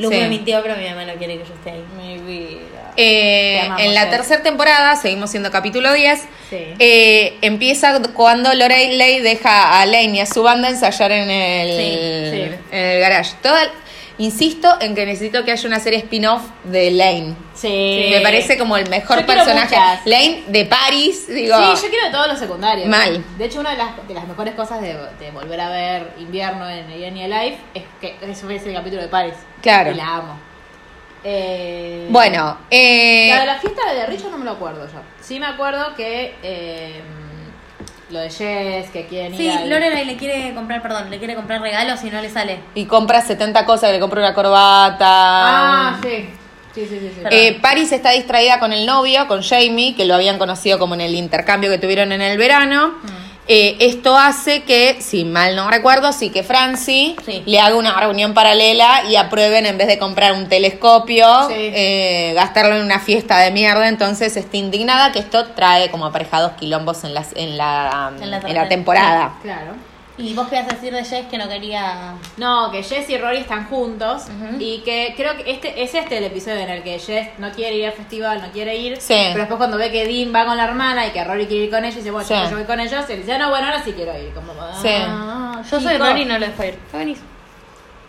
Speaker 5: Luke
Speaker 4: Sí.
Speaker 5: me mintió, pero mi mamá no quiere que yo esté ahí.
Speaker 2: Mi vida.
Speaker 4: Eh,
Speaker 2: Te amamos,
Speaker 4: en la
Speaker 2: Jess.
Speaker 4: tercera temporada, seguimos siendo capítulo 10,
Speaker 2: Sí.
Speaker 4: eh, empieza cuando Lorelei deja a Lane y a su banda ensayar en el,
Speaker 2: Sí, sí.
Speaker 4: en el garage. Toda- insisto en que necesito que haya una serie spin-off de Lane.
Speaker 2: Sí.
Speaker 4: Me parece como el mejor
Speaker 2: Yo quiero
Speaker 4: personaje.
Speaker 2: muchas.
Speaker 4: Lane de París, digo.
Speaker 2: Sí, yo quiero todos los secundarios.
Speaker 4: Mal.
Speaker 2: De hecho, una de las, de las mejores cosas de, de volver a ver invierno en Enya Life es que eso es el capítulo de Paris.
Speaker 4: Claro.
Speaker 2: Y la amo. Eh,
Speaker 4: Bueno, eh,
Speaker 2: La de la fiesta de Richard no me lo acuerdo yo. Sí me acuerdo que eh, lo de Jess, que quieren ir
Speaker 5: Sí,
Speaker 2: al-
Speaker 5: Lorelai le quiere comprar, perdón, le quiere comprar regalos y no le sale.
Speaker 4: y compra 70 cosas, le compra una corbata. Um,
Speaker 2: Ah, sí. Sí, sí, sí. sí.
Speaker 5: Perdón.
Speaker 4: Eh, Paris está distraída con el novio, con Jamie, que lo habían conocido como en el intercambio que tuvieron en el verano.
Speaker 5: Mm.
Speaker 4: Eh, esto hace que, si mal no recuerdo, sí que Francie
Speaker 5: Sí.
Speaker 4: le haga una reunión paralela y aprueben en vez de comprar un telescopio,
Speaker 2: Sí.
Speaker 4: eh, gastarlo en una fiesta de mierda. Entonces está indignada que esto trae como aparejados quilombos en, las, en, la,
Speaker 5: En la
Speaker 4: en la
Speaker 5: tormenta.
Speaker 4: temporada.
Speaker 2: Claro.
Speaker 5: Y vos qué vas a decir de Jess que no quería...
Speaker 2: No, que Jess y Rory están juntos y que creo que este es este el episodio en el que Jess no quiere ir al festival, no quiere ir,
Speaker 4: Sí.
Speaker 2: pero después cuando ve que Dean va con la hermana y que Rory quiere ir con ella, dice, bueno,
Speaker 4: Sí.
Speaker 2: yo voy con ellos, y él dice, "Ah, no, bueno, ahora sí quiero ir. Como, ah,
Speaker 4: Sí.
Speaker 5: Ah, yo soy
Speaker 2: chico.
Speaker 5: Rory y no lo dejo ir. No venís.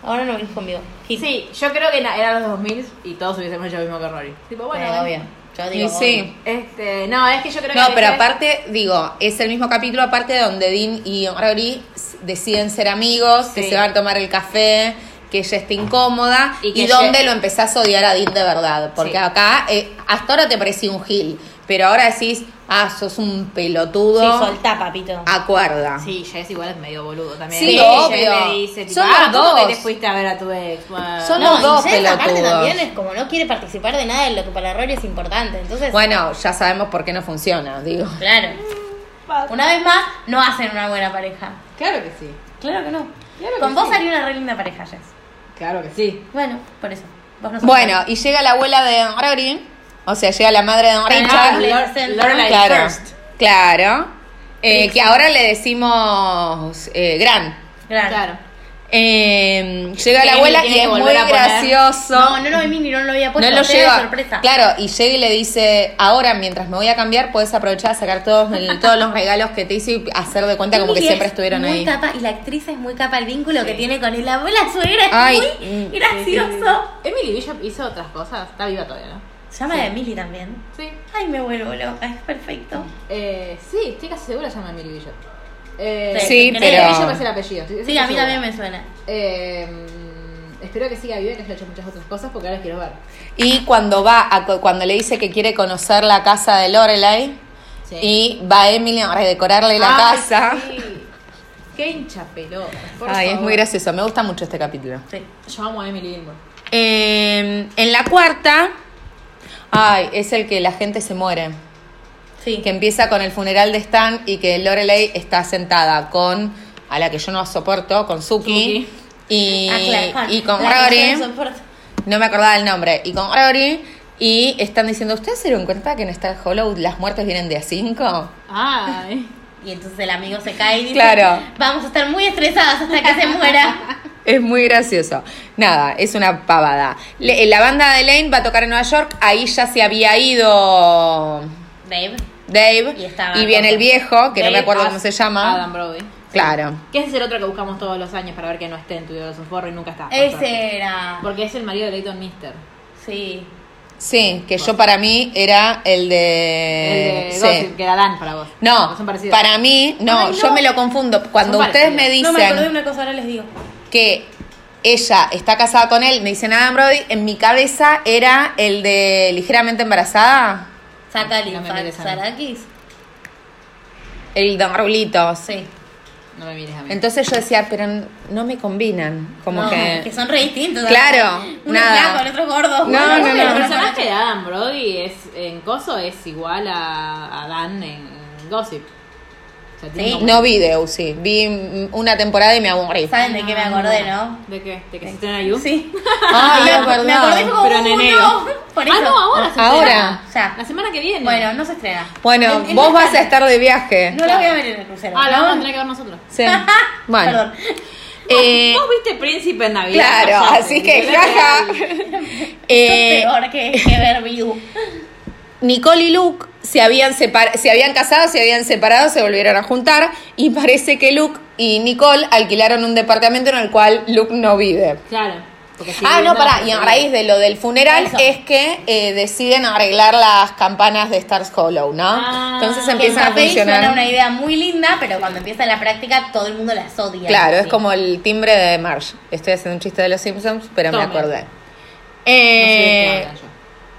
Speaker 5: Ahora no venís conmigo. Hit.
Speaker 2: Sí, yo creo que na- eran los 2000 y todos hubiésemos hecho lo mismo que Rory. Tipo, bueno,
Speaker 5: Eh, obvio.
Speaker 2: ven.
Speaker 5: Yo
Speaker 4: Y
Speaker 5: digo,
Speaker 4: sí.
Speaker 2: Este, no, es que yo creo que...
Speaker 4: No,
Speaker 2: a
Speaker 4: pero
Speaker 2: veces-
Speaker 4: aparte, digo, es el mismo capítulo aparte donde Dean y Rory s- deciden ser amigos,
Speaker 2: Sí.
Speaker 4: que se van a tomar el café, que ella esté incómoda
Speaker 2: Y
Speaker 4: y,
Speaker 2: que
Speaker 4: dónde
Speaker 2: ella-
Speaker 4: lo empezás a odiar a Dean de verdad. Porque
Speaker 2: Sí.
Speaker 4: acá, eh, hasta ahora te parecía un gil, pero ahora decís, ah, sos un
Speaker 6: Sí,
Speaker 4: pelotudo.
Speaker 6: soltá, papito.
Speaker 4: Ah, acuerda.
Speaker 2: Sí, Jess igual es medio boludo también.
Speaker 4: Sí,
Speaker 2: Jess
Speaker 4: obvio.
Speaker 2: me dice, tipo,
Speaker 4: Somos
Speaker 2: ah, ¿cómo
Speaker 4: dos.
Speaker 2: que te fuiste a ver a tu ex? Bueno.
Speaker 4: Son-
Speaker 6: No,
Speaker 4: los dos
Speaker 6: y Jess aparte
Speaker 4: pelotudos.
Speaker 6: también es como no quiere participar de nada de lo que para Rory es importante. Entonces,
Speaker 4: Bueno, ya sabemos por qué no funciona, digo.
Speaker 3: Claro. Una vez más, no hacen una buena pareja.
Speaker 2: Claro que sí.
Speaker 3: Claro que no.
Speaker 2: Claro que
Speaker 3: Con vos
Speaker 2: sí.
Speaker 3: haría una re linda pareja, Jess.
Speaker 2: Claro que sí.
Speaker 3: Bueno, por eso. Vos no sos
Speaker 4: Bueno, y llega la abuela de Don Rory, o sea, llega la madre de Don Rory.
Speaker 3: Ah,
Speaker 4: Charlie.
Speaker 3: Lor-
Speaker 2: Lorelai
Speaker 3: Lorelai
Speaker 4: Ah, claro,
Speaker 2: first.
Speaker 4: claro. Eh, que ahora le decimos eh, gran.
Speaker 3: Claro.
Speaker 2: Claro.
Speaker 4: Eh, llega la
Speaker 2: Amy
Speaker 4: abuela
Speaker 2: tiene
Speaker 4: y
Speaker 2: que
Speaker 4: es muy
Speaker 2: volver a poner.
Speaker 4: gracioso.
Speaker 3: No, no lo vi Mini, no lo había puesto.
Speaker 4: No lo
Speaker 3: Ustedes,
Speaker 4: lleva.
Speaker 3: sorpresa.
Speaker 4: Claro, y llega y le dice, ahora mientras me voy a cambiar, puedes aprovechar a sacar todos, el- todos los regalos que te hice y hacer de cuenta como que
Speaker 3: Mini
Speaker 4: siempre
Speaker 3: es
Speaker 4: estuvieron
Speaker 3: muy
Speaker 4: ahí.
Speaker 3: Capa, y la actriz es muy capa el vínculo que tiene con el abuela suegra. Es
Speaker 4: Ay, mm,
Speaker 3: muy gracioso.
Speaker 2: Emily Bishop hizo otras cosas. Está viva todavía, ¿no?
Speaker 3: Llama a Emily también.
Speaker 2: Sí.
Speaker 3: Ay, me vuelvo loca, es perfecto.
Speaker 2: Eh, sí, estoy casi segura que se llama Emily Bishop. Eh,
Speaker 3: Sí,
Speaker 4: Sí,
Speaker 3: creo.
Speaker 4: pero...
Speaker 2: Bishop es el apellido. estoy-
Speaker 3: Sí,
Speaker 2: estoy
Speaker 3: a mí
Speaker 2: segura.
Speaker 3: también me suena.
Speaker 2: Eh, mm, espero que siga viva y que haya hecho muchas otras cosas porque ahora las quiero ver.
Speaker 4: Y cuando va, a co- cuando le dice que quiere conocer la casa de Lorelai,
Speaker 2: Sí.
Speaker 4: y va Emily a redecorarle la
Speaker 2: Ay,
Speaker 4: casa.
Speaker 2: sí. Qué hincha pelota. por
Speaker 4: Ay, es
Speaker 2: favor.
Speaker 4: muy gracioso, me gusta mucho este capítulo.
Speaker 3: Sí.
Speaker 2: Yo amo a Emily Gilmore.
Speaker 4: Eh, en la cuarta, ay, es el que la gente se muere.
Speaker 3: Sí.
Speaker 4: Que empieza con el funeral de Stan y que Lorelei está sentada con a la que yo no soporto, con
Speaker 2: Suki.
Speaker 4: Suki. Y,
Speaker 3: Ah, claro,
Speaker 4: y con
Speaker 3: la que
Speaker 4: Rory.
Speaker 3: yo no soporto.
Speaker 4: No me acordaba el nombre. Y con Rory. Y están diciendo, ¿ustedes se dieron cuenta que en Star Hollow las muertes vienen de a 5?
Speaker 2: Ay.
Speaker 3: Y entonces el amigo se cae y dice,
Speaker 4: Claro.
Speaker 3: vamos a estar muy estresadas hasta que se
Speaker 4: (laughs)
Speaker 3: muera.
Speaker 4: Es muy gracioso. Nada, es una pavada. Le- la banda de Lane va a tocar en Nueva York. Ahí ya se había ido
Speaker 3: Dave.
Speaker 4: Dave.
Speaker 3: Y estaba
Speaker 4: viene
Speaker 3: con-
Speaker 4: el viejo, que no me
Speaker 3: Dave
Speaker 4: acuerdo
Speaker 2: Ad-
Speaker 4: cómo se llama.
Speaker 2: Adam Brody.
Speaker 4: Claro.
Speaker 2: Que ese es el otro que buscamos todos los años para ver que no esté en tu video de un forro y nunca
Speaker 4: Ah,
Speaker 2: está. por suerte.
Speaker 3: Ese era.
Speaker 2: Porque es el marido de Leighton Mister.
Speaker 3: Sí.
Speaker 4: Sí, que yo para mí era el de.
Speaker 2: El de
Speaker 4: Eh, sí.
Speaker 2: Gossip, que era Dan para vos.
Speaker 4: No,
Speaker 2: son parecidos.
Speaker 4: para mí, no,
Speaker 3: Ay, no.
Speaker 4: yo me lo confundo. Cuando
Speaker 2: Son
Speaker 4: ustedes me
Speaker 2: parecidos.
Speaker 4: dicen
Speaker 3: No me acordé de una cosa, ahora les digo.
Speaker 4: que ella está casada con él, me dicen Adam Brody, en mi cabeza era el de ligeramente embarazada,
Speaker 3: Saca el
Speaker 2: No me
Speaker 3: infarto.
Speaker 2: interesa a mí.
Speaker 3: Sarakis.
Speaker 4: el Don Rulito.
Speaker 3: Sí.
Speaker 2: No me mires a mí.
Speaker 4: Entonces yo decía, pero no me combinan. Como
Speaker 3: No, (laughs)
Speaker 4: que.
Speaker 3: son re distintos.
Speaker 4: Claro,
Speaker 3: Uno
Speaker 4: nada.
Speaker 3: es blanco, el otro es gordo.
Speaker 4: No,
Speaker 3: Bueno,
Speaker 4: no,
Speaker 3: bueno,
Speaker 4: no.
Speaker 2: El
Speaker 3: pero
Speaker 2: personaje de Adam Brody es, en Coso es igual a, a Dan en Gossip. O sea, tiene
Speaker 3: Sí.
Speaker 2: como-
Speaker 4: No vi de sí. Vi mm, una temporada y me aburrí.
Speaker 3: Saben de qué me acordé, ¿no?
Speaker 2: Ah, ¿De qué? ¿De que se estrenan ahí?
Speaker 4: (laughs)
Speaker 3: Sí.
Speaker 4: Ay, es
Speaker 3: (laughs) Me acordé
Speaker 4: verdad.
Speaker 3: como
Speaker 2: Pero en (laughs)
Speaker 3: uno.
Speaker 2: enero.
Speaker 3: Por eso.
Speaker 2: Ah, no, ahora se
Speaker 4: Ahora.
Speaker 2: estrena.
Speaker 3: Ya.
Speaker 2: La semana que viene.
Speaker 3: (laughs) Bueno, no se estrena.
Speaker 4: Bueno,
Speaker 3: En- en
Speaker 4: vos
Speaker 3: la
Speaker 4: vas a
Speaker 3: tarde.
Speaker 4: estar de viaje.
Speaker 3: No la voy a ver en el crucero.
Speaker 2: Ah, la
Speaker 3: ¿no?
Speaker 2: vamos a tener que ver nosotros.
Speaker 3: (laughs)
Speaker 4: Sí. Bueno.
Speaker 3: Perdón.
Speaker 4: Eh,
Speaker 2: ¿Vos viste Príncipe en Navidad?
Speaker 4: claro,
Speaker 2: Cállate,
Speaker 4: así que
Speaker 2: Nicolás
Speaker 4: jaja. Eh,
Speaker 3: Peor que,
Speaker 4: (laughs)
Speaker 3: que ver View.
Speaker 4: Nicole y Luke se habían, separ- se habían casado, se habían separado, se volvieron a juntar y parece que Luke y Nicole alquilaron un departamento en el cual Luke no vive.
Speaker 2: Claro. porque sigue
Speaker 4: Ah, no,
Speaker 2: viendo-
Speaker 4: pará, y a raíz de lo del funeral
Speaker 3: Eso.
Speaker 4: es que eh, deciden arreglar las campanas de Stars Hollow, ¿no?
Speaker 2: Ah,
Speaker 4: Entonces
Speaker 2: que
Speaker 3: Que en
Speaker 4: empiezan a
Speaker 3: papel suena
Speaker 4: funcionar.
Speaker 3: una idea muy linda, pero cuando empieza la práctica todo el mundo las odia.
Speaker 4: Claro, es
Speaker 3: Sí.
Speaker 4: como el timbre de Marge. Estoy haciendo un chiste de los Simpsons, pero
Speaker 2: Tome.
Speaker 4: me acordé.
Speaker 2: No sé de qué
Speaker 4: Eh,
Speaker 2: hablan yo.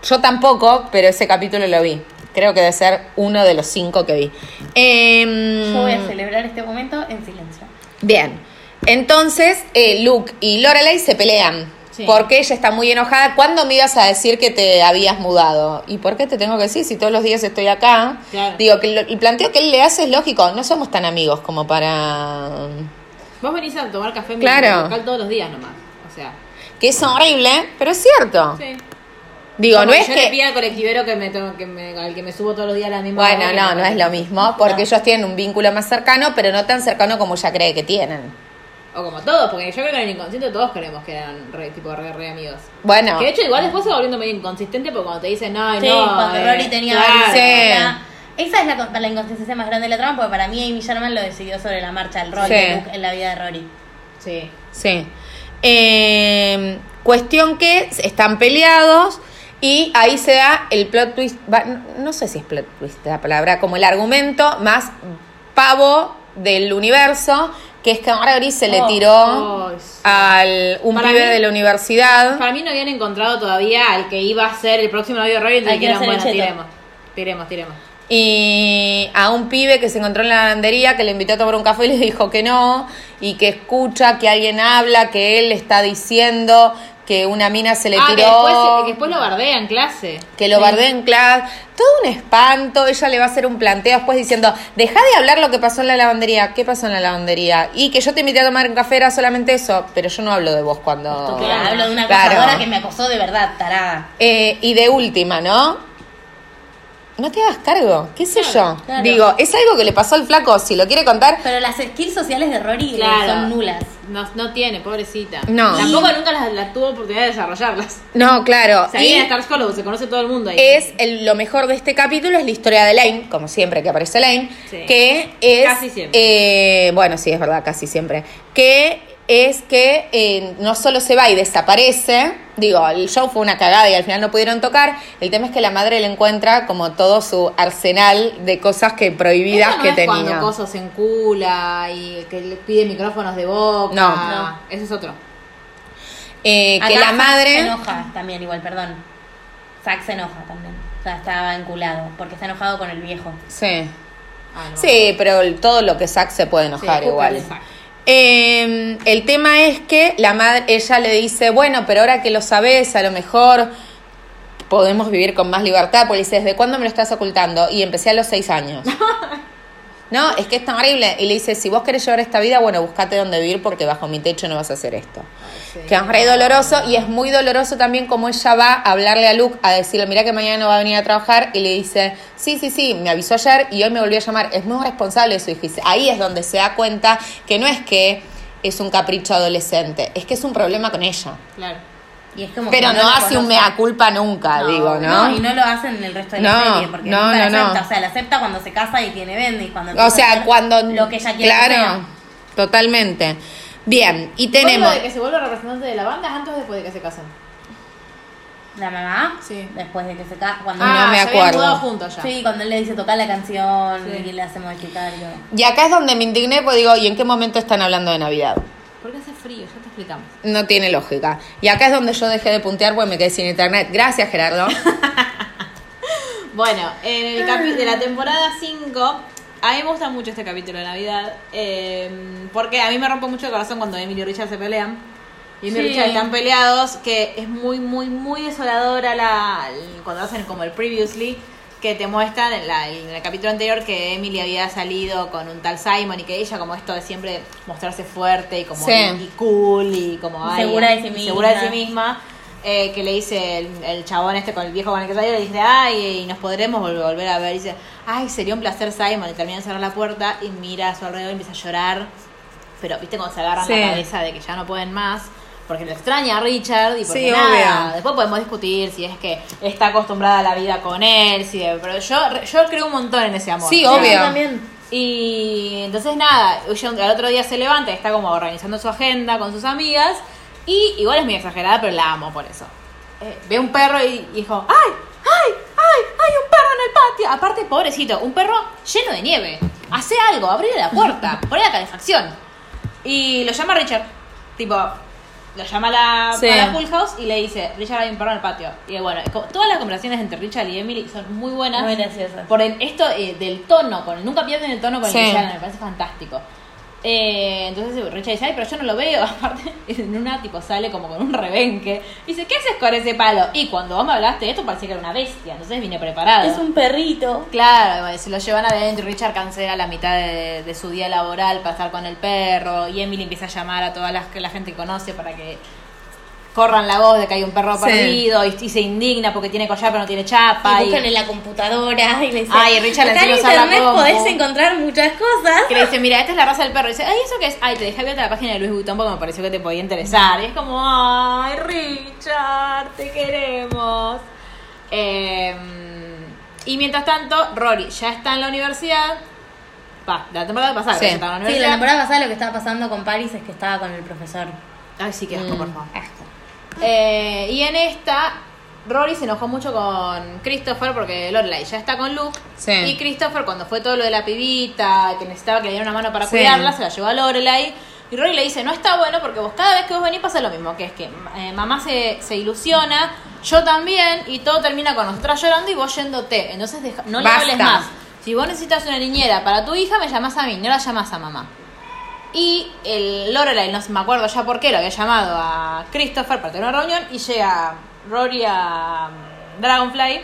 Speaker 4: Yo tampoco, pero ese capítulo lo vi. Creo que debe ser uno de los cinco que vi. Em,
Speaker 3: Yo voy a celebrar este momento en silencio.
Speaker 4: Bien. Entonces, eh, Luke y Lorelai se pelean.
Speaker 2: Sí.
Speaker 4: Porque ella está muy enojada. ¿Cuándo me ibas a decir que te habías mudado? ¿Y por qué te tengo que decir si todos los días estoy acá?
Speaker 2: Claro.
Speaker 4: Digo, que lo- el planteo que él le hace es lógico. No somos tan amigos como para...
Speaker 2: Vos venís a tomar café en mi
Speaker 4: Claro.
Speaker 2: local todos los días nomás. O sea,
Speaker 4: Que es horrible, pero es cierto.
Speaker 2: sí.
Speaker 4: Digo,
Speaker 2: Como
Speaker 4: no
Speaker 2: que
Speaker 4: es
Speaker 2: yo
Speaker 4: que...
Speaker 2: le pido al colectivero que me, to- que me- al que me subo todos los días a la misma
Speaker 4: Bueno,
Speaker 2: hora que
Speaker 4: no,
Speaker 2: me-
Speaker 4: no es lo mismo, porque ellos tienen un vínculo más cercano, pero no tan cercano como ella cree que tienen.
Speaker 2: O como todos, porque yo creo que en el inconsciente todos creemos que eran re, tipo re, re amigos.
Speaker 4: Bueno,
Speaker 2: Que de hecho igual después se va volviendo medio inconsistente porque cuando te dicen, no,
Speaker 3: Sí,
Speaker 2: no.
Speaker 3: cuando
Speaker 2: eh,
Speaker 3: Rory tenía
Speaker 2: claro.
Speaker 3: varios-
Speaker 4: Sí.
Speaker 3: era- Esa es la, co- la inconsistencia más grande de la trama, porque para mí Amy Sherman lo decidió sobre la marcha, el rol
Speaker 4: Sí.
Speaker 3: de Luke en la vida de Rory.
Speaker 2: Sí.
Speaker 4: sí. Eh, cuestión que están peleados y ahí se da el plot twist, va, no, no sé si es plot twist la palabra, como el argumento más pavo del universo, que es que a Margaery se le
Speaker 2: Oh,
Speaker 4: tiró
Speaker 2: oh, sí.
Speaker 4: al un
Speaker 2: Para
Speaker 4: pibe
Speaker 2: mí-
Speaker 4: de la universidad.
Speaker 2: Para mí no habían encontrado todavía al que iba a ser el próximo novio de Rory, entonces
Speaker 3: Al que
Speaker 2: dijeron,
Speaker 3: iba a
Speaker 2: bueno,
Speaker 3: ser el
Speaker 2: tiremos, tiremos, tiremos.
Speaker 4: Y a un pibe que se encontró en la lavandería que le invitó a tomar un café y le dijo que no, y que escucha que alguien habla, que él está diciendo que una mina se le
Speaker 2: ah, que
Speaker 4: tiró.
Speaker 2: después, que después lo bardea en clase.
Speaker 4: que lo bardé en clase, todo un espanto, ella le va a hacer un planteo después diciendo, deja de hablar lo que pasó en la lavandería, ¿qué pasó en la lavandería? Y que yo te invité a tomar un café, era solamente eso, pero yo no hablo de vos cuando...
Speaker 3: Porque hablo de una
Speaker 4: Oh, Claro.
Speaker 3: acosadora que me acosó de verdad, tarada.
Speaker 4: Eh, y de última, ¿no? No te hagas cargo, qué sé yo.
Speaker 3: claro.
Speaker 4: Digo, es algo que le pasó al flaco, si lo quiere contar,
Speaker 3: Pero las skills sociales de Rory eh,
Speaker 2: Claro.
Speaker 3: son nulas.
Speaker 2: No, no tiene, pobrecita.
Speaker 4: No.
Speaker 2: Tampoco nunca las, las tuvo oportunidad de desarrollarlas.
Speaker 4: no, claro.
Speaker 2: Se
Speaker 4: Y-
Speaker 2: viene a estar solo, se conoce todo el mundo ahí.
Speaker 4: es el- lo mejor de este capítulo es la historia de Lane, como siempre que aparece Lane,
Speaker 2: Sí.
Speaker 4: que es
Speaker 2: Casi siempre.
Speaker 4: eh, bueno sí es verdad casi siempre que es que eh, no solo se va y desaparece, digo, el show fue una cagada y al final no pudieron tocar, el tema es que la madre le encuentra como todo su arsenal de cosas que
Speaker 2: Esto
Speaker 4: prohibidas
Speaker 2: no
Speaker 4: que
Speaker 2: es
Speaker 4: tenía.
Speaker 2: cuando Coso se encula y que le pide micrófonos de boca.
Speaker 4: No.
Speaker 3: No.
Speaker 2: Ese es otro.
Speaker 4: Eh, que
Speaker 3: Acá
Speaker 4: la
Speaker 3: Zack
Speaker 4: madre...
Speaker 3: Se enoja también, igual, perdón. Zack se enoja también. O sea, estaba vinculado. Porque está enojado con el viejo.
Speaker 4: Sí.
Speaker 2: Ah, no.
Speaker 4: Sí, pero el- todo lo que Zack se puede enojar
Speaker 2: Sí,
Speaker 4: igual.
Speaker 2: Zack.
Speaker 4: Eh, el tema es que la madre, ella le dice, bueno, pero ahora que lo sabes, a lo mejor podemos vivir con más libertad. Porque le dice, ¿desde cuándo me lo estás ocultando? Y empecé a los seis años. no, es que es tan horrible. Y le dice, si vos querés llevar esta vida, bueno, buscate dónde vivir porque bajo mi techo no vas a hacer esto. Que es re doloroso y es muy doloroso también como ella va a hablarle a Luke, a decirle, mira que mañana no va a venir a trabajar y le dice, sí, sí, sí, me avisó ayer y hoy me volvió a llamar. Es muy responsable de su hijo. Y dice, Ahí es donde se da cuenta que no es que es un capricho adolescente, es que es un problema con ella.
Speaker 2: Claro.
Speaker 3: Y es como
Speaker 4: Pero
Speaker 3: que
Speaker 4: no
Speaker 3: lo
Speaker 4: hace un
Speaker 3: conoce.
Speaker 4: mea culpa nunca, Ah, digo, ¿no?
Speaker 3: y no lo hacen en el resto de la
Speaker 4: No,
Speaker 3: serie, porque
Speaker 4: no,
Speaker 3: nunca la
Speaker 4: no, no.
Speaker 3: acepta. O sea, la acepta cuando se casa y tiene Bendy. Cuando
Speaker 4: O
Speaker 3: empieza a
Speaker 4: sea,
Speaker 3: hacer
Speaker 4: cuando...
Speaker 3: Lo que ella quiere que
Speaker 4: Claro,
Speaker 3: sea.
Speaker 4: totalmente. Bien, y
Speaker 2: Tenemos.
Speaker 4: tenemos...
Speaker 2: de que se vuelva representante de la banda es antes o después de que se casen?
Speaker 3: La mamá,
Speaker 2: Sí.
Speaker 3: después de que se casa. Cuando
Speaker 4: Ah, me
Speaker 2: se habían
Speaker 4: acuerdo.
Speaker 2: mudado juntos ya.
Speaker 3: Sí, cuando él le dice tocar la canción
Speaker 2: Sí.
Speaker 3: y le hace modificar. yo-
Speaker 4: Y acá es donde me indigné, porque digo, ¿y en qué momento están hablando de Navidad?
Speaker 2: Porque hace frío, ya te explicamos.
Speaker 4: No tiene lógica. Y acá es donde yo dejé de puntear porque me quedé sin internet. Gracias,
Speaker 2: (laughs)
Speaker 4: Gerardo.
Speaker 2: Bueno, en el capítulo de la temporada 5, a mí me gusta mucho este capítulo de Navidad, eh, porque a mí me rompe mucho el corazón cuando Emily y Richard se pelean. Y Emily y Richard están peleados, que es muy, muy, muy desoladora la, el- cuando hacen como el previously, que te muestran en, la- en el capítulo anterior que Emily había salido con un tal Simon y que ella, como esto de siempre mostrarse fuerte y como
Speaker 4: Sí.
Speaker 2: y, y cool y como ay,
Speaker 3: Segura de sí
Speaker 2: y segura de sí
Speaker 3: misma.
Speaker 2: misma, eh, que le dice el, el chabón este con el viejo con el que salió, le dice, ay, y nos podremos vol- volver a ver. Y dice, ay, sería un placer, Simon. Y termina de cerrar la puerta y mira a su alrededor y empieza a llorar. Pero, viste, cuando se agarran
Speaker 4: Sí.
Speaker 2: la cabeza de que ya no pueden más. Porque lo extraña a Richard y porque
Speaker 4: Sí,
Speaker 2: nada.
Speaker 4: obvio.
Speaker 2: Después podemos discutir si es que está acostumbrada a la vida con él. Si pero yo, yo creo un montón en ese amor.
Speaker 4: Sí,
Speaker 2: O sea,
Speaker 4: obvio.
Speaker 3: También.
Speaker 2: y entonces nada, ella un- al otro día se levanta, está como organizando su agenda con sus amigas. Y igual es muy exagerada, pero la amo por eso. Eh, ve un perro y dijo, ¡ay! ¡Ay! ¡Ay! ¡Ay! ¡Un perro en el patio! Aparte, pobrecito, un perro lleno de nieve. Hace algo, abrí la
Speaker 3: (laughs)
Speaker 2: puerta, poné la calefacción. Y lo llama Richard. Tipo, lo llama a la,
Speaker 4: Sí.
Speaker 2: a la Full House y le dice, Richard hay un perro en el patio. Y bueno, co- todas las conversaciones entre Richard y Emily son muy buenas.
Speaker 3: Muy graciosas.
Speaker 2: Por el- esto eh, del tono, con, nunca pierden el tono con el
Speaker 4: Sí.
Speaker 2: que se hablan, me parece fantástico. Eh, entonces Richard dice, ay, pero yo no lo veo. (laughs) Aparte, en una tipo sale como con un rebenque. Dice, ¿qué haces con ese palo? Y cuando vos me hablaste de esto parecía que era una bestia, entonces vine preparado.
Speaker 3: Es un perrito.
Speaker 2: Claro, bueno, se lo llevan adentro y Richard cancela la mitad de, de su día laboral para estar con el perro y Emily empieza a llamar a toda la, la gente que conoce para que corran la voz de que hay un perro
Speaker 4: Sí.
Speaker 2: perdido y, y se indigna porque tiene collar pero no tiene chapa.
Speaker 3: Y
Speaker 2: y-
Speaker 3: buscan en la computadora y le dicen.
Speaker 2: Ay, Richard,
Speaker 3: acá en
Speaker 2: encima usa la
Speaker 3: internet
Speaker 2: compu".
Speaker 3: podés encontrar muchas cosas.
Speaker 2: Que le dice, mira, esta es la raza del perro. Y dice, ay, ¿eso qué es? Ay, te dejé abierta la página de Luis Vuitton porque me pareció que te podía interesar. Y es como, ay, Richard, te queremos. Eh, y mientras tanto, Rory ya está en la universidad. Va, la temporada pasada
Speaker 4: Sí.
Speaker 2: ya estaba en la universidad.
Speaker 3: Sí, Ah, la temporada pasada lo que estaba pasando con Paris es que estaba con el profesor.
Speaker 4: Mm.
Speaker 2: Ay, sí, que asco, por favor.
Speaker 3: Asco.
Speaker 2: Eh, y en esta, Rory se enojó mucho con Christopher porque Lorelai ya está con Luke.
Speaker 4: Sí.
Speaker 2: Y Christopher, cuando fue todo lo de la pibita, que necesitaba que le diera una mano para
Speaker 4: Sí.
Speaker 2: cuidarla, se la llevó a Lorelai. Y Rory le dice, no está bueno porque vos cada vez que vos venís pasa lo mismo, que es que eh, mamá se, se ilusiona, yo también, y todo termina con nosotras llorando y vos yéndote. Entonces deja- no le
Speaker 4: Basta.
Speaker 2: hables más. Si vos necesitas una niñera para tu hija, me llamás a mí, no la llamás a mamá. Y el Lorelai, no sé- me acuerdo ya por qué, lo había llamado a Christopher para tener una reunión y llega Rory a mm, Dragonfly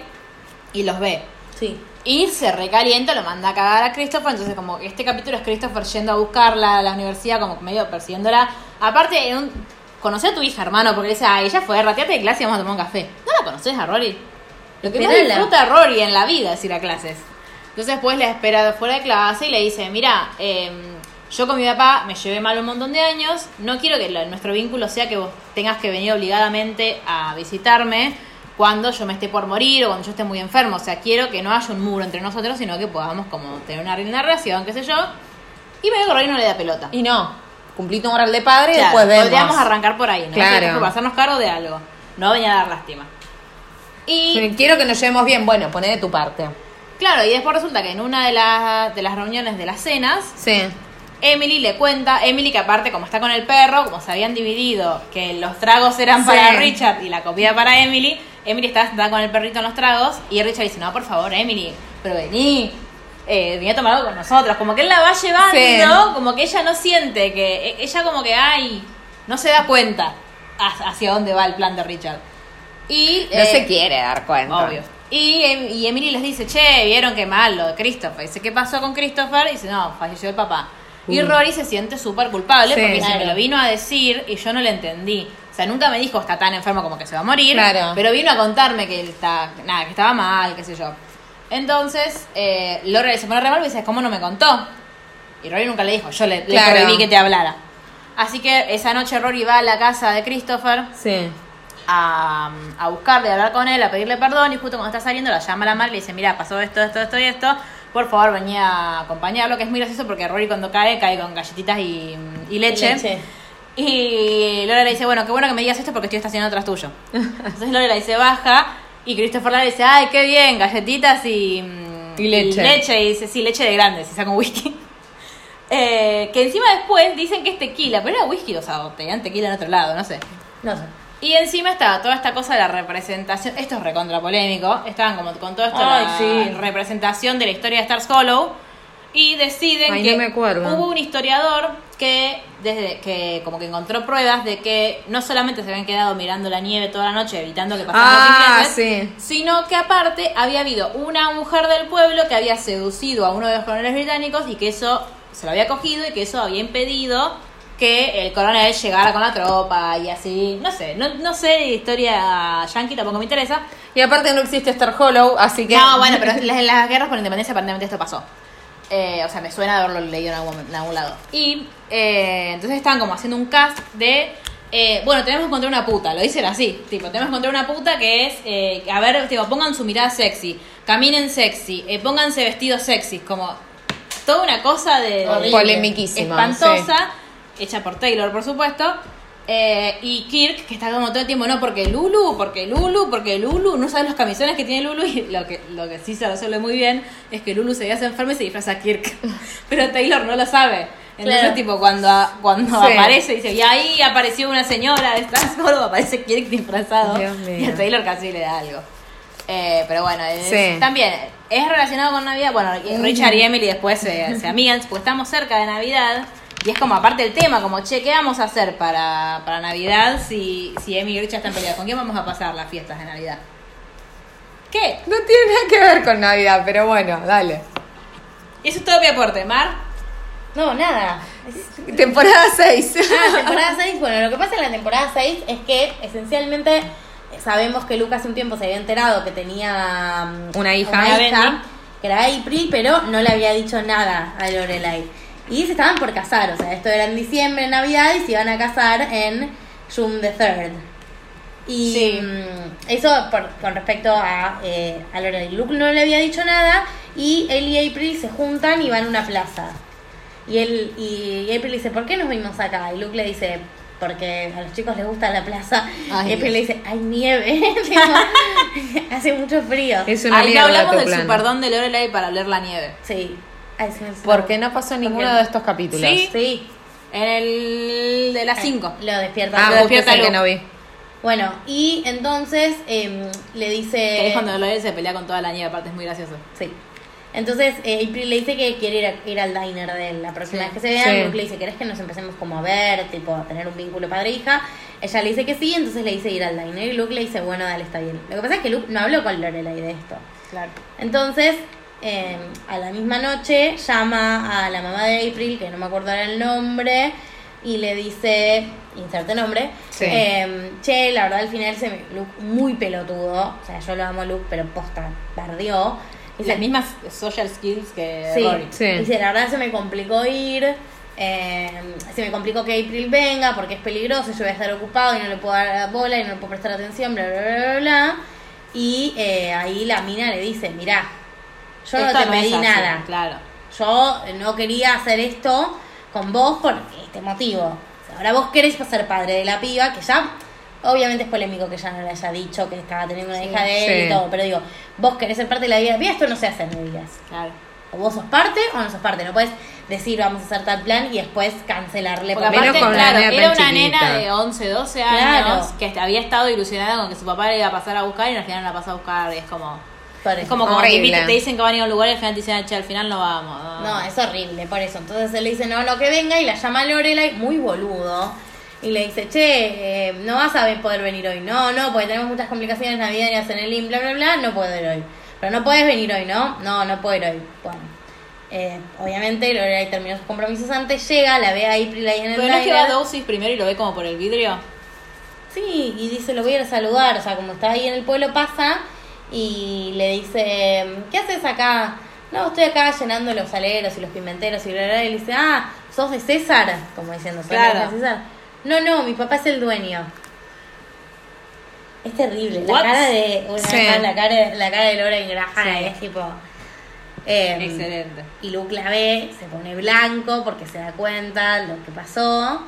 Speaker 2: y los ve.
Speaker 5: Sí.
Speaker 2: Y se recalienta, lo manda a cagar a Christopher. Entonces, como este capítulo es Christopher yendo a buscarla a la universidad, como medio persiguiéndola. Aparte, en un... conocer a tu hija, hermano, porque le dice, ah, ella fue, rateate de clase y vamos a tomar un café. ¿No la conoces a Rory? Lo que más
Speaker 5: Esperala.
Speaker 2: disfruta Rory en la vida es ir a clases. Entonces, después la espera fuera de clase y le dice, mira, yo con mi papá me llevé mal un montón de años. No quiero que lo- nuestro vínculo sea que vos tengas que venir obligadamente a visitarme cuando yo me esté por morir o cuando yo esté muy enfermo. O sea, quiero que no haya un muro entre nosotros, sino que podamos como tener una linda relación, qué sé yo. Y medio que Rory no le da pelota.
Speaker 4: Y no, cumplí tu moral de padre y
Speaker 2: Claro,
Speaker 4: después vemos.
Speaker 2: Podríamos arrancar por ahí, ¿no?
Speaker 4: Claro.
Speaker 2: Tenemos que hacernos cargo de algo. No venía a dar lástima. Y
Speaker 4: Quiero que nos llevemos bien. Bueno, poné de tu parte.
Speaker 2: claro, y después resulta que en una de, las de las reuniones de las cenas,
Speaker 4: Sí.
Speaker 2: Emily le cuenta, Emily que aparte como está con el perro, como se habían dividido, que los tragos eran
Speaker 4: Sí.
Speaker 2: para Richard y la comida para Emily, Emily estaba sentada con el perrito en los tragos y Richard dice, no, por favor, Emily, pero vení, eh, vení a tomar algo con nosotros. Como que él la va llevando, como que ella no siente, que e- ella como que, ay, no se da cuenta ha- hacia dónde va el plan de Richard. Y,
Speaker 4: No
Speaker 2: eh,
Speaker 4: se quiere dar cuenta.
Speaker 2: Obvio. Y, Em- y Emily les dice, che, vieron qué mal lo de Christopher. Dice, ¿qué pasó con Christopher? dice, no, falleció el papá. Y Rory se siente súper culpable
Speaker 4: Uh. Sí.
Speaker 2: porque dice,
Speaker 4: Claro.
Speaker 2: me lo vino a decir y yo no lo entendí. O sea, nunca me dijo está tan enfermo como que se va a morir.
Speaker 4: Claro.
Speaker 2: Pero vino a contarme que él está, nada, que estaba mal, qué sé yo. Entonces, eh, Rory se pone re mal y dice, ¿cómo no me contó? Y Rory nunca le dijo, yo le, le
Speaker 4: Claro.
Speaker 2: prohibí que te hablara. Así que esa noche Rory va a la casa de Christopher
Speaker 4: Sí.
Speaker 2: a, a buscarle, a hablar con él, a pedirle perdón y justo cuando está saliendo la llama la madre y le dice, mira, pasó esto, esto, esto y esto, por favor venía a acompañarlo, que es muy gracioso porque Rory cuando cae, cae con galletitas y, y leche.
Speaker 5: Leche.
Speaker 2: Y Lola le dice, bueno, qué bueno que me digas esto porque estoy estacionando atrás tuyo. Entonces Lola le dice, baja y Christopher le dice, ay, qué bien, galletitas y, mm,
Speaker 4: Y leche.
Speaker 2: Y leche, y dice, sí, leche de grandes, y saca un whisky. (laughs) Eh, que encima después dicen que es tequila, pero era whisky, o sea, o tenían tequila en otro lado, no sé.
Speaker 5: No sé.
Speaker 2: Y encima estaba toda esta cosa de la representación, esto es recontra polémico, estaban como con todo esto
Speaker 5: Ay,
Speaker 2: la
Speaker 5: sí.
Speaker 2: representación de la historia de Stars Hollow y deciden
Speaker 4: Ay,
Speaker 2: que
Speaker 4: no me acuerdo.
Speaker 2: hubo un historiador que desde que como que encontró pruebas de que no solamente se habían quedado mirando la nieve toda la noche evitando que pasaran
Speaker 4: Ah,
Speaker 2: los ingleses, sino que aparte había habido una mujer del pueblo que había seducido a uno de los coroneles británicos y que eso se lo había cogido y que eso había impedido que el coronel llegara con la tropa y así, no sé, no, no sé de historia yankee tampoco me interesa.
Speaker 4: Y aparte no existe Star Hollow, así que.
Speaker 2: No, bueno, pero en las, en las guerras por la independencia aparentemente esto pasó. Eh, o sea, me suena de haberlo leído en algún, en algún lado. Y eh, entonces estaban como haciendo un cast de... eh, bueno, tenemos que encontrar una puta, lo dicen así, tipo, tenemos que encontrar una puta que es, eh, a ver, tipo, pongan su mirada sexy, caminen sexy, eh, pónganse vestidos sexy, como toda una cosa de...
Speaker 4: Horrible. Polemiquísima,
Speaker 2: Espantosa, hecha por Taylor, por supuesto. Eh, y Kirk, que está como todo el tiempo, no, porque Lulu, porque Lulu, porque Lulu, no sabes los camisones que tiene Lulu. Y lo que, lo que sí se resuelve muy bien es que Lulu se hace enferma y se disfraza a Kirk. (laughs) Pero Taylor no lo sabe. Entonces,
Speaker 5: Claro.
Speaker 2: tipo, cuando, cuando
Speaker 4: Sí.
Speaker 2: aparece, dice, y ahí apareció una señora de (laughs) Stansboro, aparece Kirk disfrazado.
Speaker 4: Dios mío.
Speaker 2: Y a Taylor casi le da algo. Eh, pero bueno, es-
Speaker 4: Sí.
Speaker 2: también es relacionado con Navidad. Bueno, y Richard y Emily después se, se amigan, porque estamos cerca de Navidad. Y es como aparte el tema, como che, ¿qué vamos a hacer para, para Navidad si, si Emily y Richard están peleados? ¿Con quién vamos a pasar las fiestas de Navidad? ¿Qué?
Speaker 4: No tiene nada que ver con Navidad, pero bueno, dale.
Speaker 2: Eso es todo mi aporte, Mar.
Speaker 3: No, nada.
Speaker 4: Temporada
Speaker 2: (laughs)
Speaker 4: 6.
Speaker 3: Ah, temporada 6, bueno, lo que pasa en la temporada 6 es que esencialmente sabemos que Lucas un tiempo se había enterado que tenía mm,
Speaker 4: Una hija.
Speaker 3: una
Speaker 2: Una Benny.
Speaker 3: que era April, pero no le había dicho nada a Lorelai. Y se estaban por casar, o sea, esto era en diciembre, en Navidad, y se iban a casar en June the 3rd. Y
Speaker 2: Sí.
Speaker 3: mm, eso por- con respecto a, eh, a Lorelai. Luke no le había dicho nada, y él y April se juntan y van a una plaza. Y él y, y April le dice, ¿por qué nos vimos acá? Y Luke le dice, porque a los chicos les gusta la plaza.
Speaker 2: Ay,
Speaker 3: y
Speaker 2: Dios.
Speaker 3: después le dice, hay nieve. (laughs) Tipo, hace mucho frío.
Speaker 4: Es una
Speaker 2: Ahí
Speaker 4: mierda
Speaker 2: hablamos
Speaker 4: tu
Speaker 2: del
Speaker 4: plan.
Speaker 2: superdón de Lorelai para oler la nieve.
Speaker 3: Sí. Ay, se me hizo-
Speaker 4: Porque no pasó en ninguno de estos capítulos.
Speaker 2: Sí.
Speaker 3: Sí.
Speaker 2: En el de
Speaker 4: Eh.
Speaker 2: las 5.
Speaker 3: Lo despierta.
Speaker 4: Ah,
Speaker 3: Lo
Speaker 4: justo es
Speaker 3: despierta
Speaker 4: el que
Speaker 3: Luke.
Speaker 4: no vi.
Speaker 3: Bueno, y entonces em, le
Speaker 2: Que
Speaker 4: Eh.
Speaker 3: dice...
Speaker 2: es cuando Lorelai se pelea con toda la nieve, aparte es muy gracioso.
Speaker 3: Sí. Entonces, eh, April le dice que quiere ir, a- ir al diner de él la próxima
Speaker 2: Sí.
Speaker 3: vez que se vean.
Speaker 4: Sí.
Speaker 3: Luke le dice, ¿querés que nos empecemos como a ver, tipo, a tener un vínculo padre-hija? Ella le dice que sí, entonces le dice ir al diner. Y Luke le dice, bueno, dale, está bien. Lo que pasa es que Luke no habló con Lorelai de esto.
Speaker 2: Claro.
Speaker 3: Entonces, eh, a la misma noche, llama a la mamá de April, que no me acuerdo ahora el nombre, y le dice, inserte nombre,
Speaker 4: Sí.
Speaker 3: eh, che, la verdad al final se me, Luke muy pelotudo, o sea, yo lo amo a Luke, pero posta, perdió.
Speaker 2: Las mismas social skills que
Speaker 3: Sí,
Speaker 2: Rory.
Speaker 4: Sí.
Speaker 3: Dice, la verdad se me complicó ir, eh, se me complicó que April venga porque es peligroso, yo voy a estar ocupado y no le puedo dar bola y no le puedo prestar atención, bla, bla, bla, bla. bla. Y eh, ahí la mina le dice, mirá, yo
Speaker 2: Esto
Speaker 3: no te
Speaker 2: es
Speaker 3: pedí
Speaker 2: así,
Speaker 3: nada,
Speaker 2: Claro.
Speaker 3: yo no quería hacer esto con vos por este motivo. Ahora vos querés ser padre de la piba, que ya, obviamente es polémico que ya no le haya dicho que estaba teniendo una hija de él
Speaker 4: Sí.
Speaker 3: y todo, pero digo, vos querés ser parte de la vida de la piba, esto no se hace en días.
Speaker 2: Claro.
Speaker 3: O vos sos parte o no sos parte. No puedes decir vamos a hacer tal plan y después cancelarle.
Speaker 2: Porque
Speaker 4: Menos
Speaker 2: aparte,
Speaker 4: con una
Speaker 2: claro,
Speaker 4: nena
Speaker 2: era
Speaker 4: tan
Speaker 2: una nena
Speaker 4: chiquita.
Speaker 2: de 11, 12 años
Speaker 3: Claro.
Speaker 2: que había estado ilusionada con que su papá le iba a pasar a buscar y al final la pasa a buscar. Y es como.
Speaker 3: Por
Speaker 2: Es
Speaker 3: eso.
Speaker 2: como cuando te,
Speaker 4: Horrible.
Speaker 2: invitan- te dicen que van a ir a un lugar y al final te dicen, che, al final no vamos.
Speaker 3: No, es horrible, por eso. Entonces él le dice, no, no, que venga. Y la llama Lorelai, muy boludo. Y le dice, che, eh, no vas a ver- poder venir hoy. No, no, porque tenemos muchas complicaciones navideñas en el IN, bla, bla, bla. No puedo ir hoy. Pero no puedes venir hoy, ¿no? No, no puedo ir hoy. Bueno. eh, obviamente Lorelai terminó sus compromisos antes. Llega, la ve a April ahí en el
Speaker 2: Pero no es que va
Speaker 3: diner.
Speaker 2: a dosis primero y lo ve como por el vidrio.
Speaker 3: Sí, y dice, lo voy a ir a saludar. O sea, como está ahí en el pueblo, pasa y le dice, ¿qué haces acá? No, estoy acá llenando los aleros y los pimenteros y bla, bla, bla. Y le dice, ah, ¿sos de César? Como diciendo, ¿sos
Speaker 2: Claro.
Speaker 3: de César? No, no, mi papá es el dueño. Es terrible. La
Speaker 2: What?
Speaker 3: cara de... Una vez
Speaker 4: Sí.
Speaker 3: más, la cara, la cara de Laura Ingraham es tipo... eh,
Speaker 2: Excelente.
Speaker 3: y Luke la ve, se pone blanco porque se da cuenta lo que pasó.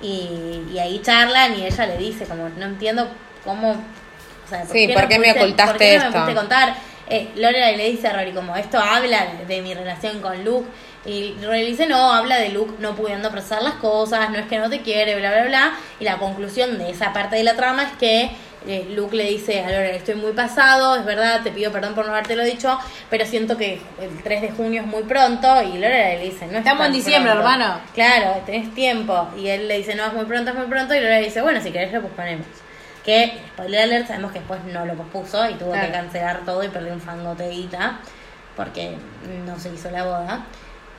Speaker 3: Y, y ahí charlan y ella le dice, como, no entiendo cómo... O sea,
Speaker 4: Sí, ¿por
Speaker 3: no
Speaker 4: qué me ocultaste
Speaker 3: por qué no me
Speaker 4: esto?
Speaker 3: pudiste contar? Eh, Lorelai le dice a Rory, como, esto habla de, de mi relación con Luke. Y Rory le dice, no, habla de Luke no pudiendo procesar las cosas, no es que no te quiere, bla, bla, bla. Y la conclusión de esa parte de la trama es que eh, Luke le dice a Lorelai, estoy muy pasado, es verdad, te pido perdón por no haberte lo dicho, pero siento que el 3 de junio es muy pronto. Y Lorelai le dice, no es
Speaker 2: Estamos
Speaker 3: tan
Speaker 2: en diciembre,
Speaker 3: pronto".
Speaker 2: hermano.
Speaker 3: Claro, tenés tiempo. Y él le dice, no, es muy pronto, es muy pronto. Y Lorelai dice, bueno, si querés lo posponemos. Que, spoiler alert, sabemos que después no lo pospuso y tuvo
Speaker 2: Claro.
Speaker 3: que cancelar todo y perdió un fangote de guita porque no se hizo la boda.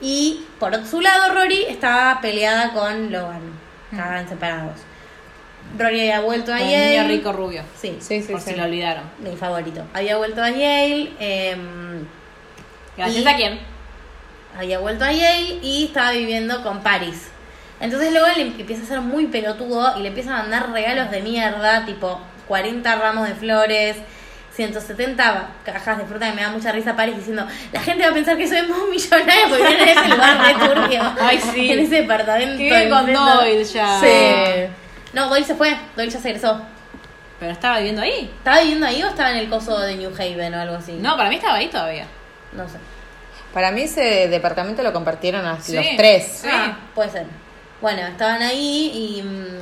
Speaker 3: Y por su lado, Rory estaba peleada con Logan.
Speaker 4: Mm.
Speaker 3: Estaban separados. Rory había vuelto a
Speaker 2: Un
Speaker 3: Yale.
Speaker 2: niño rico rubio.
Speaker 3: Sí,
Speaker 4: Sí, sí,
Speaker 2: por
Speaker 4: sí.
Speaker 2: si lo olvidaron.
Speaker 3: mi favorito. Había vuelto a Yale. em,
Speaker 2: Gracias
Speaker 3: Y-
Speaker 2: a quién.
Speaker 3: había vuelto a Yale y estaba viviendo con Paris. Entonces luego le empieza a ser muy pelotudo y le empieza a mandar regalos de mierda, tipo 40 ramos de flores, 170 cajas de fruta que me da mucha risa Paris diciendo, la gente va a pensar que soy muy millonaria porque viene de ese lugar de Turquía.
Speaker 2: (laughs) Ay, sí.
Speaker 3: En ese departamento.
Speaker 2: Que vive con
Speaker 3: inmenso".
Speaker 2: Doyle ya.
Speaker 3: Sí. No, Doyle se fue, Doyle ya se egresó.
Speaker 2: Pero estaba viviendo ahí.
Speaker 3: ¿Estaba viviendo ahí o estaba en el coso de New Haven o algo así?
Speaker 2: No, para mí estaba ahí todavía.
Speaker 3: No sé.
Speaker 4: Para mí ese departamento lo compartieron a
Speaker 2: Sí.
Speaker 4: los tres.
Speaker 2: Sí.
Speaker 3: Ah, puede ser. Bueno, estaban ahí y, mm,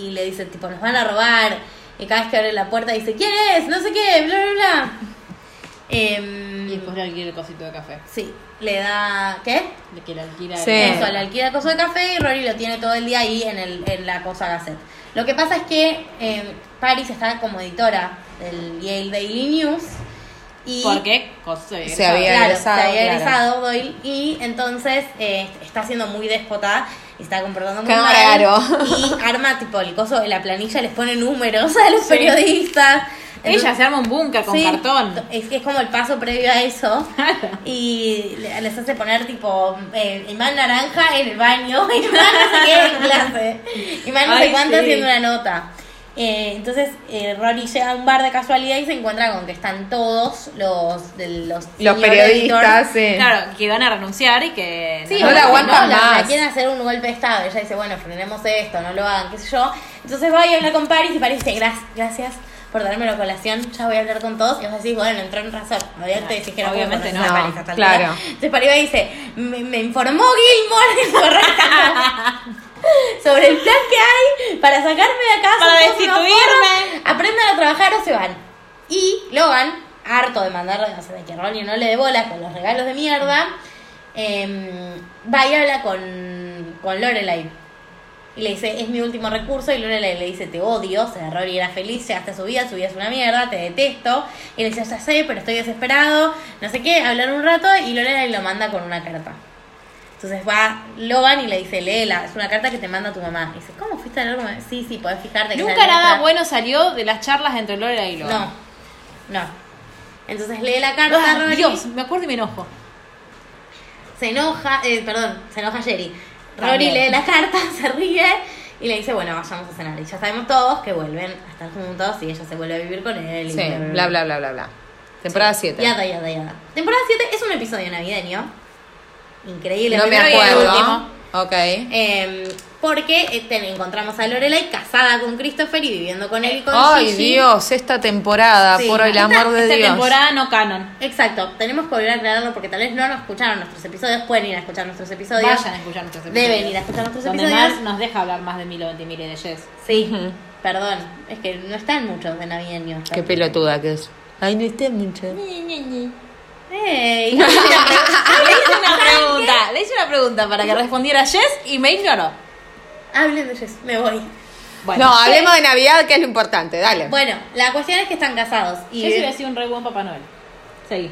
Speaker 3: y le dice, tipo, nos van a robar. Y cada vez que abre la puerta dice, ¿quién es? No sé qué, bla, bla, bla. Em,
Speaker 2: Y después le alquila el cosito de café.
Speaker 3: sí, le da... ¿Qué?
Speaker 2: De que le alquila el-
Speaker 4: Sí.
Speaker 3: Eso, le alquila el coso de café y Rory lo tiene todo el día ahí en, el, en la cosa Gazette. Lo que pasa es que em, Paris está como editora del Yale Daily News. Y
Speaker 2: ¿Por qué? Cosa de
Speaker 4: Se
Speaker 2: egresado.
Speaker 4: había-
Speaker 3: claro,
Speaker 4: egresado,
Speaker 3: se había
Speaker 4: claro.
Speaker 3: egresado Doyle y entonces eh, está siendo muy déspota y está comportando muy
Speaker 4: Qué
Speaker 3: mal,
Speaker 4: raro.
Speaker 3: y arma tipo el coso de la planilla les pone números a los periodistas
Speaker 2: Ella
Speaker 3: Entonces-
Speaker 2: se arma un búnker con
Speaker 3: Sí,
Speaker 2: cartón.
Speaker 3: Es que es como el paso previo
Speaker 2: (laughs)
Speaker 3: a eso. y le- les hace poner tipo eh, imán (laughs) naranja en el baño, imán no sé qué en clase, imán no
Speaker 2: Ay,
Speaker 3: sé cuánto
Speaker 2: sí.
Speaker 3: haciendo una nota. Eh, entonces eh, Rory llega a un bar de casualidad y se encuentra con que están todos los de los,
Speaker 4: Los
Speaker 3: señores
Speaker 4: periodistas,
Speaker 3: Thor-
Speaker 4: sí.
Speaker 2: Claro, que van a renunciar y que.
Speaker 3: Sí,
Speaker 4: No
Speaker 3: bueno,
Speaker 4: la aguantan
Speaker 3: la-
Speaker 4: más.
Speaker 3: la quieren hacer un golpe de estado. Ella dice, bueno, frenemos esto, no lo hagan, qué sé yo. Entonces va y habla con Paris y Paris dice, "Gra- gracias por darme la colación, ya voy a hablar con todos. Y vos decís, bueno, entró en razón. Obviamente decís que no puedo
Speaker 2: Obviamente
Speaker 3: conocer a
Speaker 4: no,
Speaker 3: Paris a tal
Speaker 4: claro.
Speaker 3: edad. Entonces Paris va y dice, me, me informó Gilmore (laughs) correcta, sobre el plan que hay para sacarme de acá.
Speaker 2: Para
Speaker 3: son todos unos
Speaker 2: destituirme.
Speaker 3: forros, Aprendan a trabajar o se van. Y Logan, harto de mandarle, o sea, de que Ronnie no le dé bola con los regalos de mierda, eh, va y habla con, con Lorelai. Y le dice, es mi último recurso. Y Lorelai le dice, te odio. O sea, Rory era feliz, llegaste a su vida, su vida es una mierda, te detesto. Y le dice, ya sé, pero estoy desesperado. No sé qué, hablar un rato. Y Lorelai lo manda con una carta. Entonces va Logan y le dice, léela. Es una carta que te manda tu mamá. Y dice, ¿cómo fuiste a leer? con mamá?". Sí, sí, podés fijarte. que es
Speaker 2: Nunca
Speaker 3: la
Speaker 2: nada
Speaker 3: carta".
Speaker 2: bueno salió de las charlas entre Lorela y Logan.
Speaker 3: No, no. Entonces lee la carta,
Speaker 2: Ah,
Speaker 3: Rory.
Speaker 2: Dios, me acuerdo y me enojo.
Speaker 3: Se enoja, eh, perdón, se enoja Jerry. Rory
Speaker 2: También.
Speaker 3: lee la carta, (laughs) se ríe y le dice, bueno, vayamos a cenar. Y ya sabemos todos que vuelven a estar juntos y ella se vuelve a vivir con él. y
Speaker 4: Sí, bla, bla, bla, bla, bla. Temporada 7.
Speaker 3: Yada, yada, yada. Temporada 7 es un episodio navideño. Increíble.
Speaker 4: No me
Speaker 3: Primero y el
Speaker 4: acuerdo.
Speaker 3: último.
Speaker 4: Ok.
Speaker 3: Eh, porque eh, te- encontramos a Lorelai casada con Christopher y viviendo con él y con
Speaker 4: Ay,
Speaker 3: Gigi.
Speaker 4: Dios, esta temporada,
Speaker 3: Sí,
Speaker 4: por el
Speaker 3: esta-
Speaker 4: amor de
Speaker 2: Esta
Speaker 4: Dios.
Speaker 2: temporada no canon.
Speaker 3: Exacto, tenemos que volver a aclararlo porque tal vez no nos escucharon nuestros episodios. Pueden ir a escuchar nuestros episodios.
Speaker 2: Vayan a escuchar nuestros episodios.
Speaker 3: Deben ir a escuchar nuestros
Speaker 2: Donde
Speaker 3: episodios.
Speaker 2: más nos deja hablar más de Milo Ventimiglia y de Jess.
Speaker 3: Sí, perdón, es que no están muchos de navideño.
Speaker 4: Qué pelotuda que es. Ay, no esté mucho.
Speaker 3: ¡Ey!
Speaker 2: (laughs)
Speaker 3: Ah,
Speaker 2: Le hice una pregunta, le hice una pregunta para que respondiera Jess y me ignoró.
Speaker 3: Hablen de Jess, me voy.
Speaker 2: Bueno,
Speaker 4: No, hablemos de Navidad, que es lo importante, dale.
Speaker 3: Bueno, la cuestión es que están casados. Y
Speaker 2: Jess hubiera sido un re buen Papá Noel. Seguí.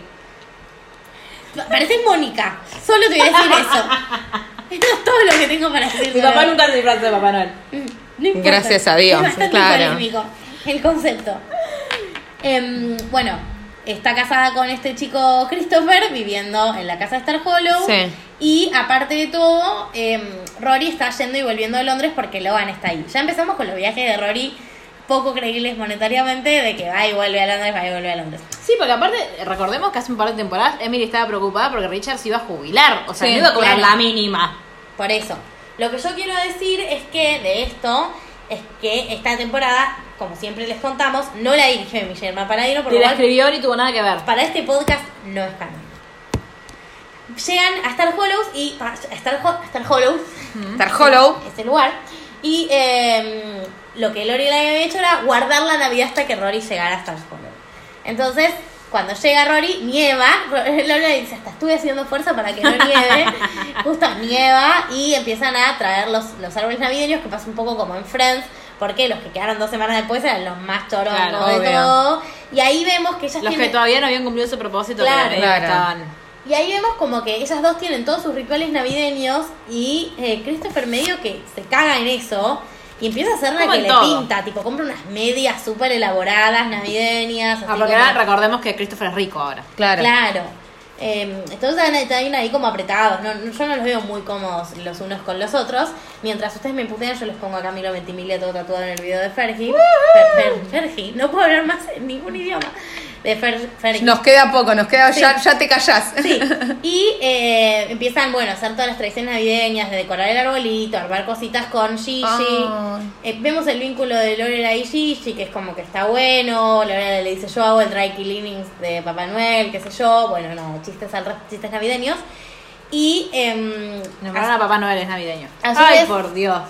Speaker 3: Pareces Mónica, solo te voy a decir eso.
Speaker 2: (laughs)
Speaker 3: Esto es todo lo que tengo para decir.
Speaker 2: Mi papá nunca se disfrazó de Papá Noel.
Speaker 3: No importa.
Speaker 4: Gracias a Dios,
Speaker 3: Es bastante
Speaker 4: claro.
Speaker 3: polémico el concepto. Em, bueno, está casada con este chico Christopher, viviendo en la casa de Star Hollow.
Speaker 4: Sí.
Speaker 3: Y aparte de todo, em, Rory está yendo y volviendo de Londres porque Logan está ahí. Ya empezamos con los viajes de Rory poco creíbles monetariamente, de que va y vuelve a Londres, va y vuelve a Londres.
Speaker 2: Sí, porque aparte, recordemos que hace un par de temporadas Emily estaba preocupada porque Richard se iba a jubilar. O sea, no iba a cobrar
Speaker 3: claro.
Speaker 2: la mínima.
Speaker 3: Por eso. Lo que yo quiero decir es que de esto, es que esta temporada, como siempre les contamos, no la dirigió Guillermo Paradino, por
Speaker 2: Y
Speaker 3: lo
Speaker 2: la
Speaker 3: cual
Speaker 2: escribió y tuvo nada que ver.
Speaker 3: para este podcast no es canon. Llegan a Star Hollows y. A Star, Ho- a Star
Speaker 2: (laughs)
Speaker 3: Hollows.
Speaker 4: Star Hollow.
Speaker 3: Este lugar. Y eh, lo que Lorelai había hecho era guardar la Navidad hasta que Rory llegara a Star Hollows. Entonces, cuando llega Rory, nieva. (laughs) Lorelai dice: Hasta estuve haciendo fuerza para que no
Speaker 2: (laughs)
Speaker 3: nieve. Justo nieva y empiezan a traer los, los árboles navideños, que pasa un poco como en Friends. Porque los que quedaron dos semanas después eran los más chorongos
Speaker 2: Claro,
Speaker 3: de
Speaker 4: obvio.
Speaker 3: todo. Y ahí vemos que ellas
Speaker 2: Los que
Speaker 3: tienen-
Speaker 2: todavía no habían cumplido su propósito,
Speaker 3: Claro.
Speaker 2: pero
Speaker 4: Claro.
Speaker 2: estaban.
Speaker 3: y ahí vemos como que ellas dos tienen todos sus rituales navideños y eh, Christopher medio que se caga en eso y empieza a hacer la
Speaker 2: Como
Speaker 3: que
Speaker 2: en
Speaker 3: le
Speaker 2: todo.
Speaker 3: pinta, tipo compra unas medias súper elaboradas navideñas. así
Speaker 2: Ah, porque
Speaker 3: como-
Speaker 2: ahora recordemos que Christopher es rico ahora.
Speaker 4: Claro.
Speaker 3: Claro. Eh, entonces están- están ahí como apretados, no, no- yo no los veo muy cómodos los unos con los otros. Mientras ustedes me putean, yo les pongo a Camilo Ventimiglia todo tatuado en el video de Fergie. Fer- Fer- Fergie, no puedo hablar más en ningún idioma. De Fer- Fergie.
Speaker 4: Nos queda poco, nos queda. Ya,
Speaker 3: Sí.
Speaker 4: ya te callás.
Speaker 3: Sí, y eh, empiezan, bueno, a hacer todas las tradiciones navideñas, de decorar el arbolito, armar cositas con Gigi.
Speaker 4: Ay.
Speaker 3: Eh, vemos el vínculo de Lorela y Gigi, que es como que está bueno, Lorela le dice yo hago el dry cleanings de Papá Noel, qué sé yo, bueno, nada, chistes, al, res- chistes navideños. Y em,
Speaker 2: Nos a Papá Noel es navideño.
Speaker 3: a su
Speaker 2: Ay,
Speaker 3: vez-
Speaker 2: por Dios.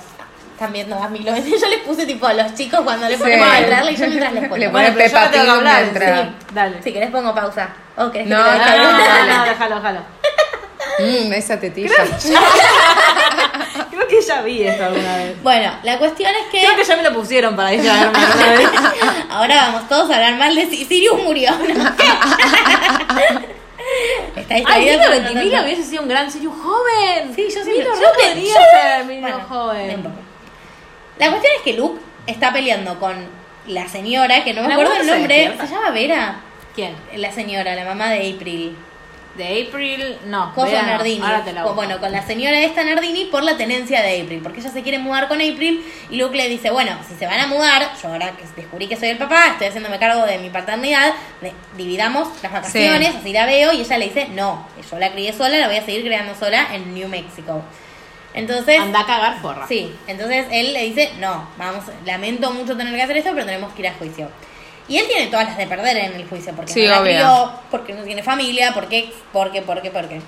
Speaker 3: también no, a mí lo (laughs) yo les puse tipo a los chicos cuando les
Speaker 4: Sí.
Speaker 3: ponemos a hablarle y yo mientras les
Speaker 4: Le
Speaker 3: cuento.
Speaker 4: pone
Speaker 2: Bueno, pero yo
Speaker 4: Peppa
Speaker 2: no tengo que
Speaker 4: Pig
Speaker 2: hablar,
Speaker 4: mientras-
Speaker 2: sí. Dale. Ah,
Speaker 3: Si querés pongo pausa. ¿O querés que
Speaker 4: No,
Speaker 3: te la
Speaker 4: está
Speaker 3: haga?
Speaker 4: bien,
Speaker 2: no,
Speaker 3: (laughs)
Speaker 4: dale.
Speaker 2: no, déjalo, (laughs) déjalo.
Speaker 4: (laughs) Mm, esa tetilla.
Speaker 2: Creo que ya vi esto alguna vez.
Speaker 3: Bueno, la cuestión es que...
Speaker 2: Creo que ya me lo pusieron para distraerme alguna vez.
Speaker 3: (laughs) Ahora vamos todos a hablar mal de Si- Sirius murió. ¿no?
Speaker 2: (laughs)
Speaker 3: Está
Speaker 2: Ay,
Speaker 3: distraído,
Speaker 2: Milo
Speaker 3: pero no
Speaker 2: Ventimiglia
Speaker 3: tanto.
Speaker 2: hubiese sido un gran serio joven.
Speaker 3: Sí, yo siempre-
Speaker 2: Milo re
Speaker 3: yo te-
Speaker 2: podría
Speaker 3: yo-
Speaker 2: ser Milo
Speaker 3: Bueno, no importa.
Speaker 2: joven.
Speaker 3: La cuestión es que Luke está peleando con la señora, que no me
Speaker 2: La
Speaker 3: acuerdo
Speaker 2: mujer
Speaker 3: el
Speaker 2: se
Speaker 3: nombre.
Speaker 2: despierta.
Speaker 3: ¿Se llama Vera?
Speaker 2: ¿Quién?
Speaker 3: La señora, la mamá de April.
Speaker 2: De April, no.
Speaker 3: Cosa
Speaker 2: Bea no.
Speaker 3: Nardini.
Speaker 2: Ahora te la
Speaker 3: Con-
Speaker 2: busco.
Speaker 3: bueno, con la señora esta Nardini por la tenencia de April, porque ella se quiere mudar con April y Luke le dice, bueno, si se van a mudar, yo ahora que descubrí que soy el papá, estoy haciéndome cargo de mi paternidad, de- dividamos las vacaciones,
Speaker 4: Sí.
Speaker 3: así la veo, y ella le dice, no, yo la crié sola, la voy a seguir creando sola en New Mexico. Entonces,
Speaker 2: Anda a cagar forra.
Speaker 3: Sí, entonces él le dice, no, vamos, lamento mucho tener que hacer esto, pero tenemos que ir a juicio. Y él tiene todas las de perder en el juicio, porque
Speaker 4: Sí,
Speaker 3: no la
Speaker 4: obvio.
Speaker 3: crió, porque no tiene familia, porque, porque, porque, porque.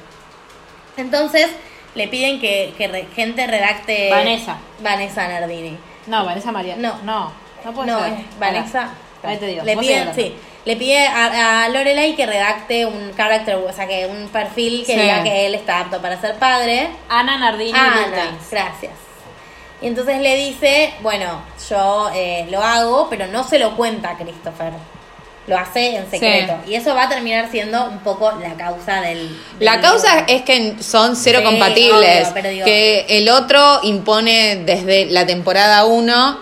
Speaker 3: Entonces le piden que, que re- gente redacte...
Speaker 2: Vanessa.
Speaker 3: Vanessa Nardini.
Speaker 2: No, Vanessa María.
Speaker 3: No.
Speaker 2: no. No puede
Speaker 3: No,
Speaker 2: ser.
Speaker 3: es Vanessa.
Speaker 2: Pará. Ahí te digo.
Speaker 3: Le
Speaker 2: Vos
Speaker 3: pide,
Speaker 2: seguí
Speaker 3: sí, le pide a, a Lorelai que redacte un character, o sea, que un perfil que
Speaker 4: Sí.
Speaker 3: diga que él está apto para ser padre.
Speaker 2: Ana Nardini.
Speaker 3: Ah,
Speaker 2: Luke Davis.
Speaker 3: gracias. Y entonces le dice, bueno, yo eh, lo hago, pero no se lo cuenta a Christopher. Lo hace en secreto. Y eso va a terminar siendo un poco la causa del... del
Speaker 4: La causa
Speaker 3: libro.
Speaker 4: es que son cero
Speaker 3: Sí,
Speaker 4: compatibles.
Speaker 3: obvio, pero digo-
Speaker 4: que el otro impone desde la temporada 1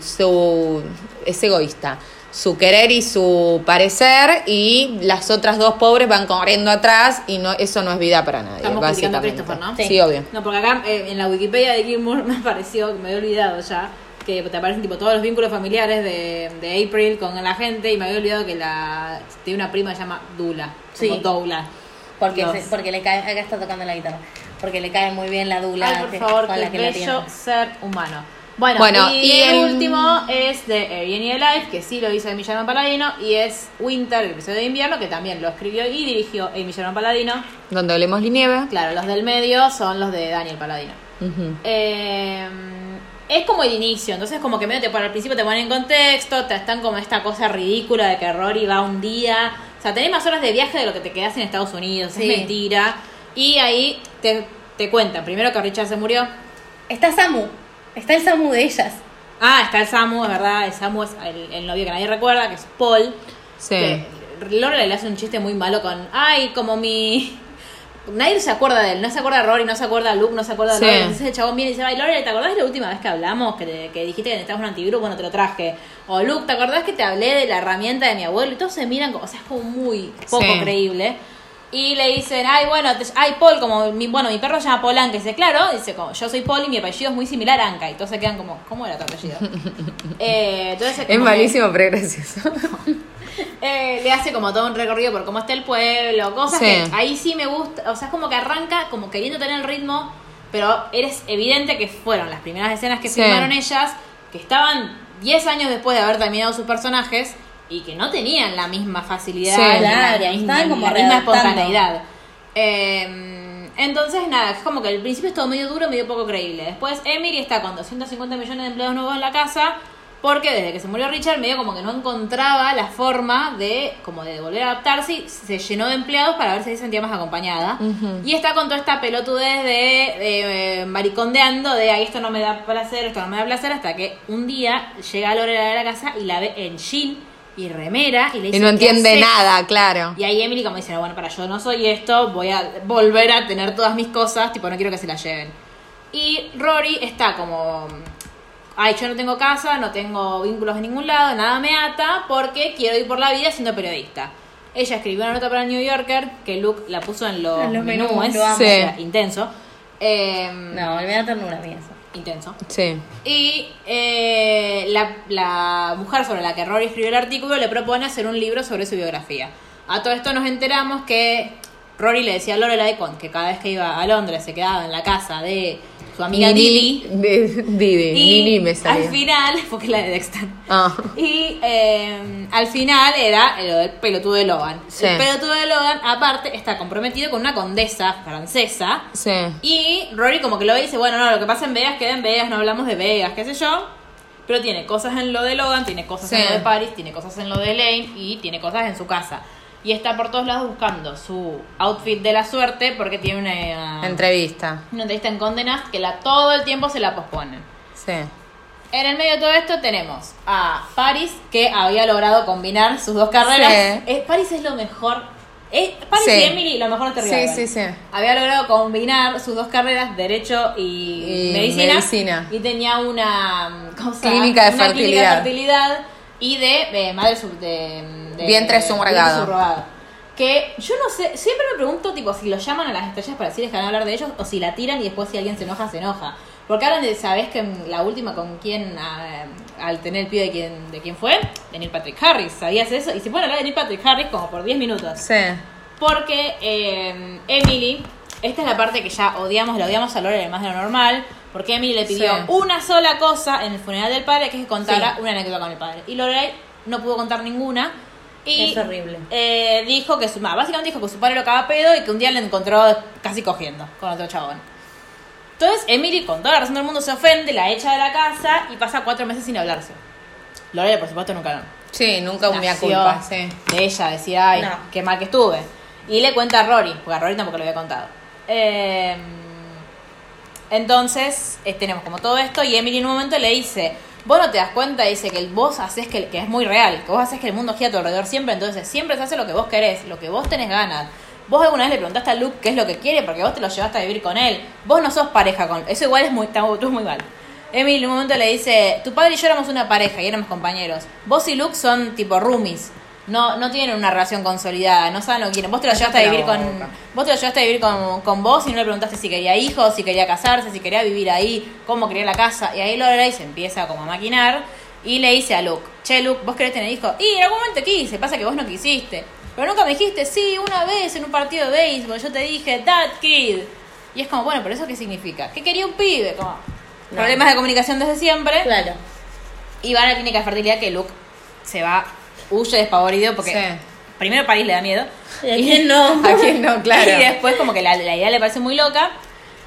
Speaker 4: su. es egoísta. Su querer y su parecer, y las otras dos pobres van corriendo atrás, y no eso no es vida para nadie.
Speaker 2: Estamos criticando a
Speaker 4: básicamente.
Speaker 2: Christopher, ¿no?
Speaker 4: Sí,
Speaker 3: Sí.
Speaker 4: obvio.
Speaker 2: No, porque acá eh, en la Wikipedia de Gilmour (laughs) me apareció, me había olvidado ya, que te aparecen tipo todos los vínculos familiares de, de April con la gente y me había olvidado que la tiene una prima que se llama Dula.
Speaker 3: Sí.
Speaker 2: Como Doula.
Speaker 3: Porque,
Speaker 2: Dios.
Speaker 3: se- porque le cae... Acá está tocando la guitarra. Porque le cae muy bien la dula
Speaker 2: Ay, por
Speaker 3: que-
Speaker 2: favor,
Speaker 3: con
Speaker 2: qué
Speaker 3: la que la tiene.
Speaker 2: bello ser humano. Bueno,
Speaker 4: Bueno,
Speaker 2: y,
Speaker 4: y
Speaker 2: el,
Speaker 4: el-
Speaker 2: último es de Alien y the Life, que sí lo hizo Amy Sherman Paladino, y es Winter, el episodio de invierno, que también lo escribió y dirigió Amy Sherman Paladino.
Speaker 4: Donde olemos la nieve.
Speaker 2: Claro, los del medio son los de Daniel Paladino.
Speaker 4: Ujú.
Speaker 2: Eh, es como el inicio, entonces como que medio te ponen- al principio te ponen en contexto, te están como esta cosa ridícula de que Rory va un día, o sea, tenés más horas de viaje de lo que te quedás en Estados Unidos,
Speaker 3: Sí.
Speaker 2: es mentira. Y ahí te, te cuentan, primero que Richard se murió.
Speaker 3: Está Samu. Está el Samu de ellas.
Speaker 2: Ah, está el Samu, es verdad, el Samu es el, el novio que nadie recuerda, que es Paul.
Speaker 4: Sí.
Speaker 2: Que Lorelai le hace un chiste muy malo con, ay, como mi... Nadie se acuerda de él, no se acuerda de Rory, no se acuerda de Luke, no se acuerda de
Speaker 4: Sí.
Speaker 2: Lorelai. Entonces el chabón viene y dice, ay, Lorelai, ¿te acordás de la última vez que hablamos? Que, te- que dijiste que necesitabas un antivirus, bueno, te lo traje. O Luke, ¿te acordás que te hablé de la herramienta de mi abuelo? Y todos se miran como, o sea, es como muy poco
Speaker 4: Sí.
Speaker 2: creíble. Y le dicen, ay, bueno, te- ay, Paul, como mi, bueno, mi perro se llama Paul Anka. Y dice, claro, dice, como, yo soy Paul y mi apellido es muy similar a Anka. Y todos se quedan como, ¿cómo era tu
Speaker 4: (laughs)
Speaker 2: apellido? Eh, entonces, como que-
Speaker 4: Es malísimo, pero gracioso.
Speaker 2: (laughs) eh, le hace como todo un recorrido por cómo está el pueblo, cosas
Speaker 4: Sí.
Speaker 2: que ahí sí me gusta, o sea, es como que arranca como queriendo tener el ritmo, pero eres evidente que fueron las primeras escenas que
Speaker 4: Sí.
Speaker 2: filmaron ellas, que estaban 10 años después de haber terminado sus personajes y que no tenían la misma facilidad,
Speaker 4: Sí.
Speaker 2: ni la,
Speaker 3: Claro,
Speaker 2: ni la
Speaker 3: estaban
Speaker 2: misma-
Speaker 3: como
Speaker 2: la misma
Speaker 3: readaptando.
Speaker 2: espontaneidad. Eh, entonces, nada, es como que al principio es todo medio duro, medio poco creíble. Después, Emily está con 250 millones de empleados nuevos en la casa, porque desde que se murió Richard, medio como que no encontraba la forma de como de volver a adaptarse y se llenó de empleados para ver si se sentía más acompañada. Y está con toda esta pelotudez de, de, eh, maricondeando, de ahí esto no me da placer, esto no me da placer, hasta que un día llega Lorela de la casa y la ve en jean y remera y le dice
Speaker 4: Y no
Speaker 2: "¿Qué
Speaker 4: entiende
Speaker 2: haces?".
Speaker 4: nada, claro.
Speaker 2: Y ahí Emily como dice, no, bueno, para yo no soy esto, voy a volver a tener todas mis cosas, tipo, no quiero que se las lleven. Y Rory está como, ay, yo no tengo casa, no tengo vínculos de ningún lado, nada me ata, porque quiero ir por la vida siendo periodista. Ella escribió una nota para el New Yorker, que Luke la puso en los,
Speaker 3: En los menús,
Speaker 2: menús,
Speaker 3: lo amo.
Speaker 2: o sea, intenso. Eh,
Speaker 3: No, me da ternura a mí eso.
Speaker 2: Intenso.
Speaker 4: Sí.
Speaker 2: Y eh, la, la mujer sobre la que Rory escribió el artículo le propone hacer un libro sobre su biografía. A todo esto nos enteramos que Rory le decía a Lorelai con- que cada vez que iba a Londres se quedaba en la casa de su amiga Lily.
Speaker 4: Didi. Didi.
Speaker 2: Y
Speaker 4: Eh, Nini me
Speaker 2: al
Speaker 4: salió.
Speaker 2: final, (laughs) porque la de Dexter.
Speaker 4: Ah.
Speaker 2: Y eh, al final era lo del pelotudo de Logan.
Speaker 4: Sí.
Speaker 2: El pelotudo de Logan, aparte, está comprometido con una condesa francesa.
Speaker 4: Sí.
Speaker 2: Y Rory como que lo ve y dice, bueno, no, lo que pasa en Vegas queda en Vegas, no hablamos de Vegas, qué sé yo. Pero tiene cosas en lo de Logan, tiene cosas en
Speaker 4: Sí.
Speaker 2: lo de Paris, tiene cosas en lo de Elaine y tiene cosas en su casa. Y está por todos lados buscando su outfit de la suerte porque tiene una,
Speaker 4: Entrevista.
Speaker 2: una entrevista en Condenas que la, todo el tiempo se la posponen.
Speaker 4: Sí.
Speaker 2: En el medio de todo esto tenemos a Paris, que había logrado combinar sus dos carreras.
Speaker 4: Sí.
Speaker 2: Eh, Paris es lo mejor. eh, Paris
Speaker 4: Sí.
Speaker 2: y Emily, lo mejor de este
Speaker 4: Sí,
Speaker 2: rival.
Speaker 4: sí, sí.
Speaker 2: Había logrado combinar sus dos carreras, Derecho y,
Speaker 4: Y
Speaker 2: medicina,
Speaker 4: medicina.
Speaker 2: Y tenía una mm, cosa, una Clínica
Speaker 4: Clínica de
Speaker 2: de
Speaker 4: fertilidad.
Speaker 2: fertilidad y de, eh, madre sub- de, de-
Speaker 4: Vientre subrogado.
Speaker 2: vientre subrogado. Que yo no sé, siempre me pregunto tipo si los llaman a las estrellas para decirles que van a hablar de ellos o si la tiran y después si alguien se enoja, se enoja. Porque hablan de, ¿sabés que en la última con quién, ah, al tener el pie de quién, de quién fue? De Neil Patrick Harris, ¿sabías eso? Y se ponen a hablar de Neil Patrick Harris como por 10 minutos.
Speaker 4: Sí.
Speaker 2: Porque eh, Emily, esta es la parte que ya odiamos, la odiamos a Lorelai más de lo normal, porque Emily le pidió
Speaker 4: Sí.
Speaker 2: una sola cosa en el funeral del padre, que es que contara una anécdota con el padre. Y Lorelai no pudo contar ninguna. Y,
Speaker 3: Es horrible.
Speaker 2: eh, dijo que su ma- básicamente dijo que su padre lo cagaba a pedo y que un día le encontró casi cogiendo con otro chabón. Entonces Emily, con toda la razón del mundo, se ofende, la echa de la casa y pasa cuatro meses sin hablarse. Lorelai, por supuesto, nunca no
Speaker 4: Sí, nunca un mea
Speaker 2: nació
Speaker 4: culpa, sí.
Speaker 2: de ella, decir, ay,
Speaker 3: No.
Speaker 2: qué mal que estuve. Y le cuenta a Rory, porque a Rory tampoco lo había contado. Eh, entonces, eh, tenemos como todo esto, y Emily en un momento le dice, vos no te das cuenta, dice que el- vos haces que, el- que es muy real, que vos haces que el mundo gira a tu alrededor siempre, entonces siempre se hace lo que vos querés, lo que vos tenés ganas. Vos alguna vez le preguntaste a Luke qué es lo que quiere porque vos te lo llevaste a vivir con él. Vos no sos pareja con... Eso igual es muy, está- tú es muy mal. Emily en un momento le dice, tu padre y yo éramos una pareja y éramos compañeros. Vos y Luke son tipo roomies. No, no tienen una relación consolidada, no saben lo que quieren. Vos te lo llevaste a vivir con. Vos te lo llevaste a vivir con, con vos y no le preguntaste si quería hijos, si quería casarse, si quería vivir ahí, cómo quería la casa. Y ahí Lorelai se empieza como a maquinar y le dice a Luke, che Luke, vos querés tener hijos. Y en algún momento quise, pasa que vos no quisiste. Pero nunca me dijiste, sí, una vez en un partido de béisbol, yo te dije, that kid. Y es como, bueno, pero eso qué significa? Que quería un pibe, como problemas de comunicación desde siempre.
Speaker 3: Claro.
Speaker 2: Y van a la clínica de fertilidad que Luke se va, huye despavorido porque
Speaker 4: Sí.
Speaker 2: primero París le da miedo.
Speaker 3: ¿Y
Speaker 4: (laughs)
Speaker 3: a quién no?
Speaker 4: ¿A quién no? Claro.
Speaker 2: (laughs) Y después como que la, la idea le parece muy loca.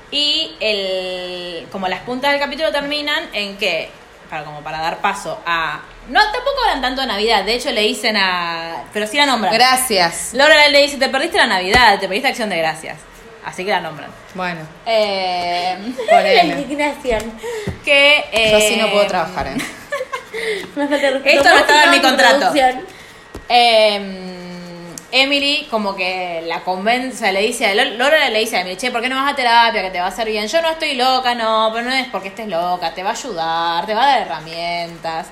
Speaker 2: Y el, como las puntas del capítulo terminan en que, para, como para dar paso a... No, tampoco hablan tanto de Navidad, de hecho le dicen a... Pero sí la nombran.
Speaker 4: Gracias.
Speaker 2: Laura le dice, te perdiste la Navidad, te perdiste Acción de Gracias. Así que la nombran.
Speaker 4: Bueno,
Speaker 2: Eh,
Speaker 3: La
Speaker 4: ponele.
Speaker 3: indignación.
Speaker 2: que...
Speaker 4: Yo sí
Speaker 2: eh,
Speaker 4: no puedo trabajar, ¿eh?
Speaker 3: Una falta de respeto.
Speaker 2: Esto no estaba en mi
Speaker 3: Máxima
Speaker 2: contrato.
Speaker 3: producción.
Speaker 2: Eh, Emily como que la convence, le dice, a Lor- Lorelai le dice a Emily, che, ¿por qué no vas a terapia? Que te va a hacer bien. Yo no estoy loca, no, pero no es porque estés loca, te va a ayudar, te va a dar herramientas.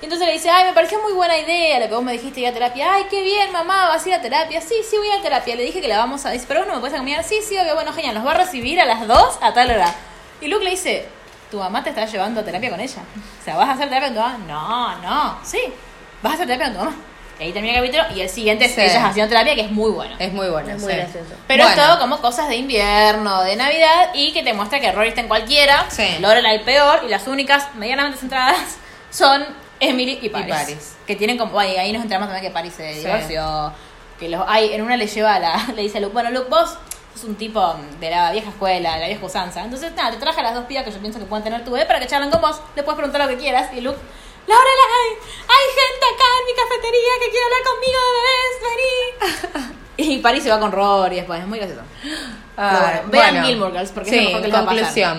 Speaker 2: Y entonces le dice, ay, me pareció muy buena idea lo que vos me dijiste ir a terapia. Ay, qué bien, mamá, vas a ir a terapia. Sí, sí, voy a terapia. Le dije que la vamos a... Dice, pero vos no me puedes acompañar. Sí, sí, obvio, bueno, genial, nos va a recibir a las 2 a tal hora. Y Luke le dice, ¿tu mamá te está llevando a terapia con ella? (laughs) O sea, ¿vas a hacer terapia con tu mamá? No, no, sí, vas a hacer terapia con tu mamá. Y ahí termina el capítulo y el siguiente es
Speaker 4: Sí.
Speaker 2: ellas haciendo terapia, que es muy bueno.
Speaker 4: Es muy bueno.
Speaker 3: Es muy
Speaker 4: sí.
Speaker 3: gracioso.
Speaker 2: Pero
Speaker 4: Bueno,
Speaker 2: es todo como cosas de invierno, de Navidad y que te muestra que Rory está en cualquiera,
Speaker 4: Sí.
Speaker 2: Lorelai el peor y las únicas medianamente centradas (laughs) son Emily y Paris.
Speaker 4: Paris.
Speaker 2: Que tienen como, ay, ahí nos entramos también que Paris se
Speaker 4: Sí.
Speaker 2: divorció, que los, ay, en una le lleva a la, (laughs) le dice a Luke, bueno Luke, vos sos un tipo de la vieja escuela, de la vieja usanza, entonces nada, te traje a las dos pibas que yo pienso que pueden tener tu bebé para que charlen con vos, le puedes preguntar lo que quieras y Luke... Lorelai, hay gente acá en mi cafetería que quiere hablar conmigo de bebés, vení. (laughs) Y Paris se va con Rory después, es muy gracioso. Pero bueno, vean Gilmore Girls, porque es lo mejor que les va a pasar.
Speaker 4: Ah, conclusión.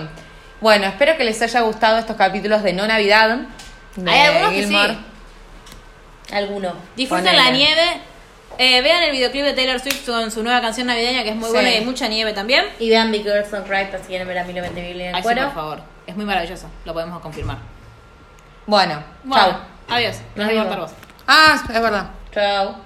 Speaker 4: Bueno, espero que les haya gustado estos capítulos de No Navidad. de
Speaker 2: Hay algunos que
Speaker 4: Gilmore.
Speaker 2: sí.
Speaker 3: Alguno.
Speaker 2: Disfruten
Speaker 4: Ponele.
Speaker 2: la nieve. Eh, vean el videoclip de Taylor Swift con su nueva canción navideña que es muy
Speaker 4: Sí.
Speaker 2: buena y hay mucha nieve también.
Speaker 3: Y vean Big Girls Don't Cry, para si quieren ver a mí lo vendible en
Speaker 2: Ay, sí,
Speaker 3: el
Speaker 2: por
Speaker 3: cuero.
Speaker 2: favor. Es muy maravilloso. Lo podemos confirmar.
Speaker 4: Bueno,
Speaker 2: Bueno,
Speaker 4: chau.
Speaker 2: adiós. Nos
Speaker 3: Nos
Speaker 2: vemos
Speaker 3: vemos.
Speaker 2: vos.
Speaker 4: Ah, es verdad.
Speaker 3: Chao.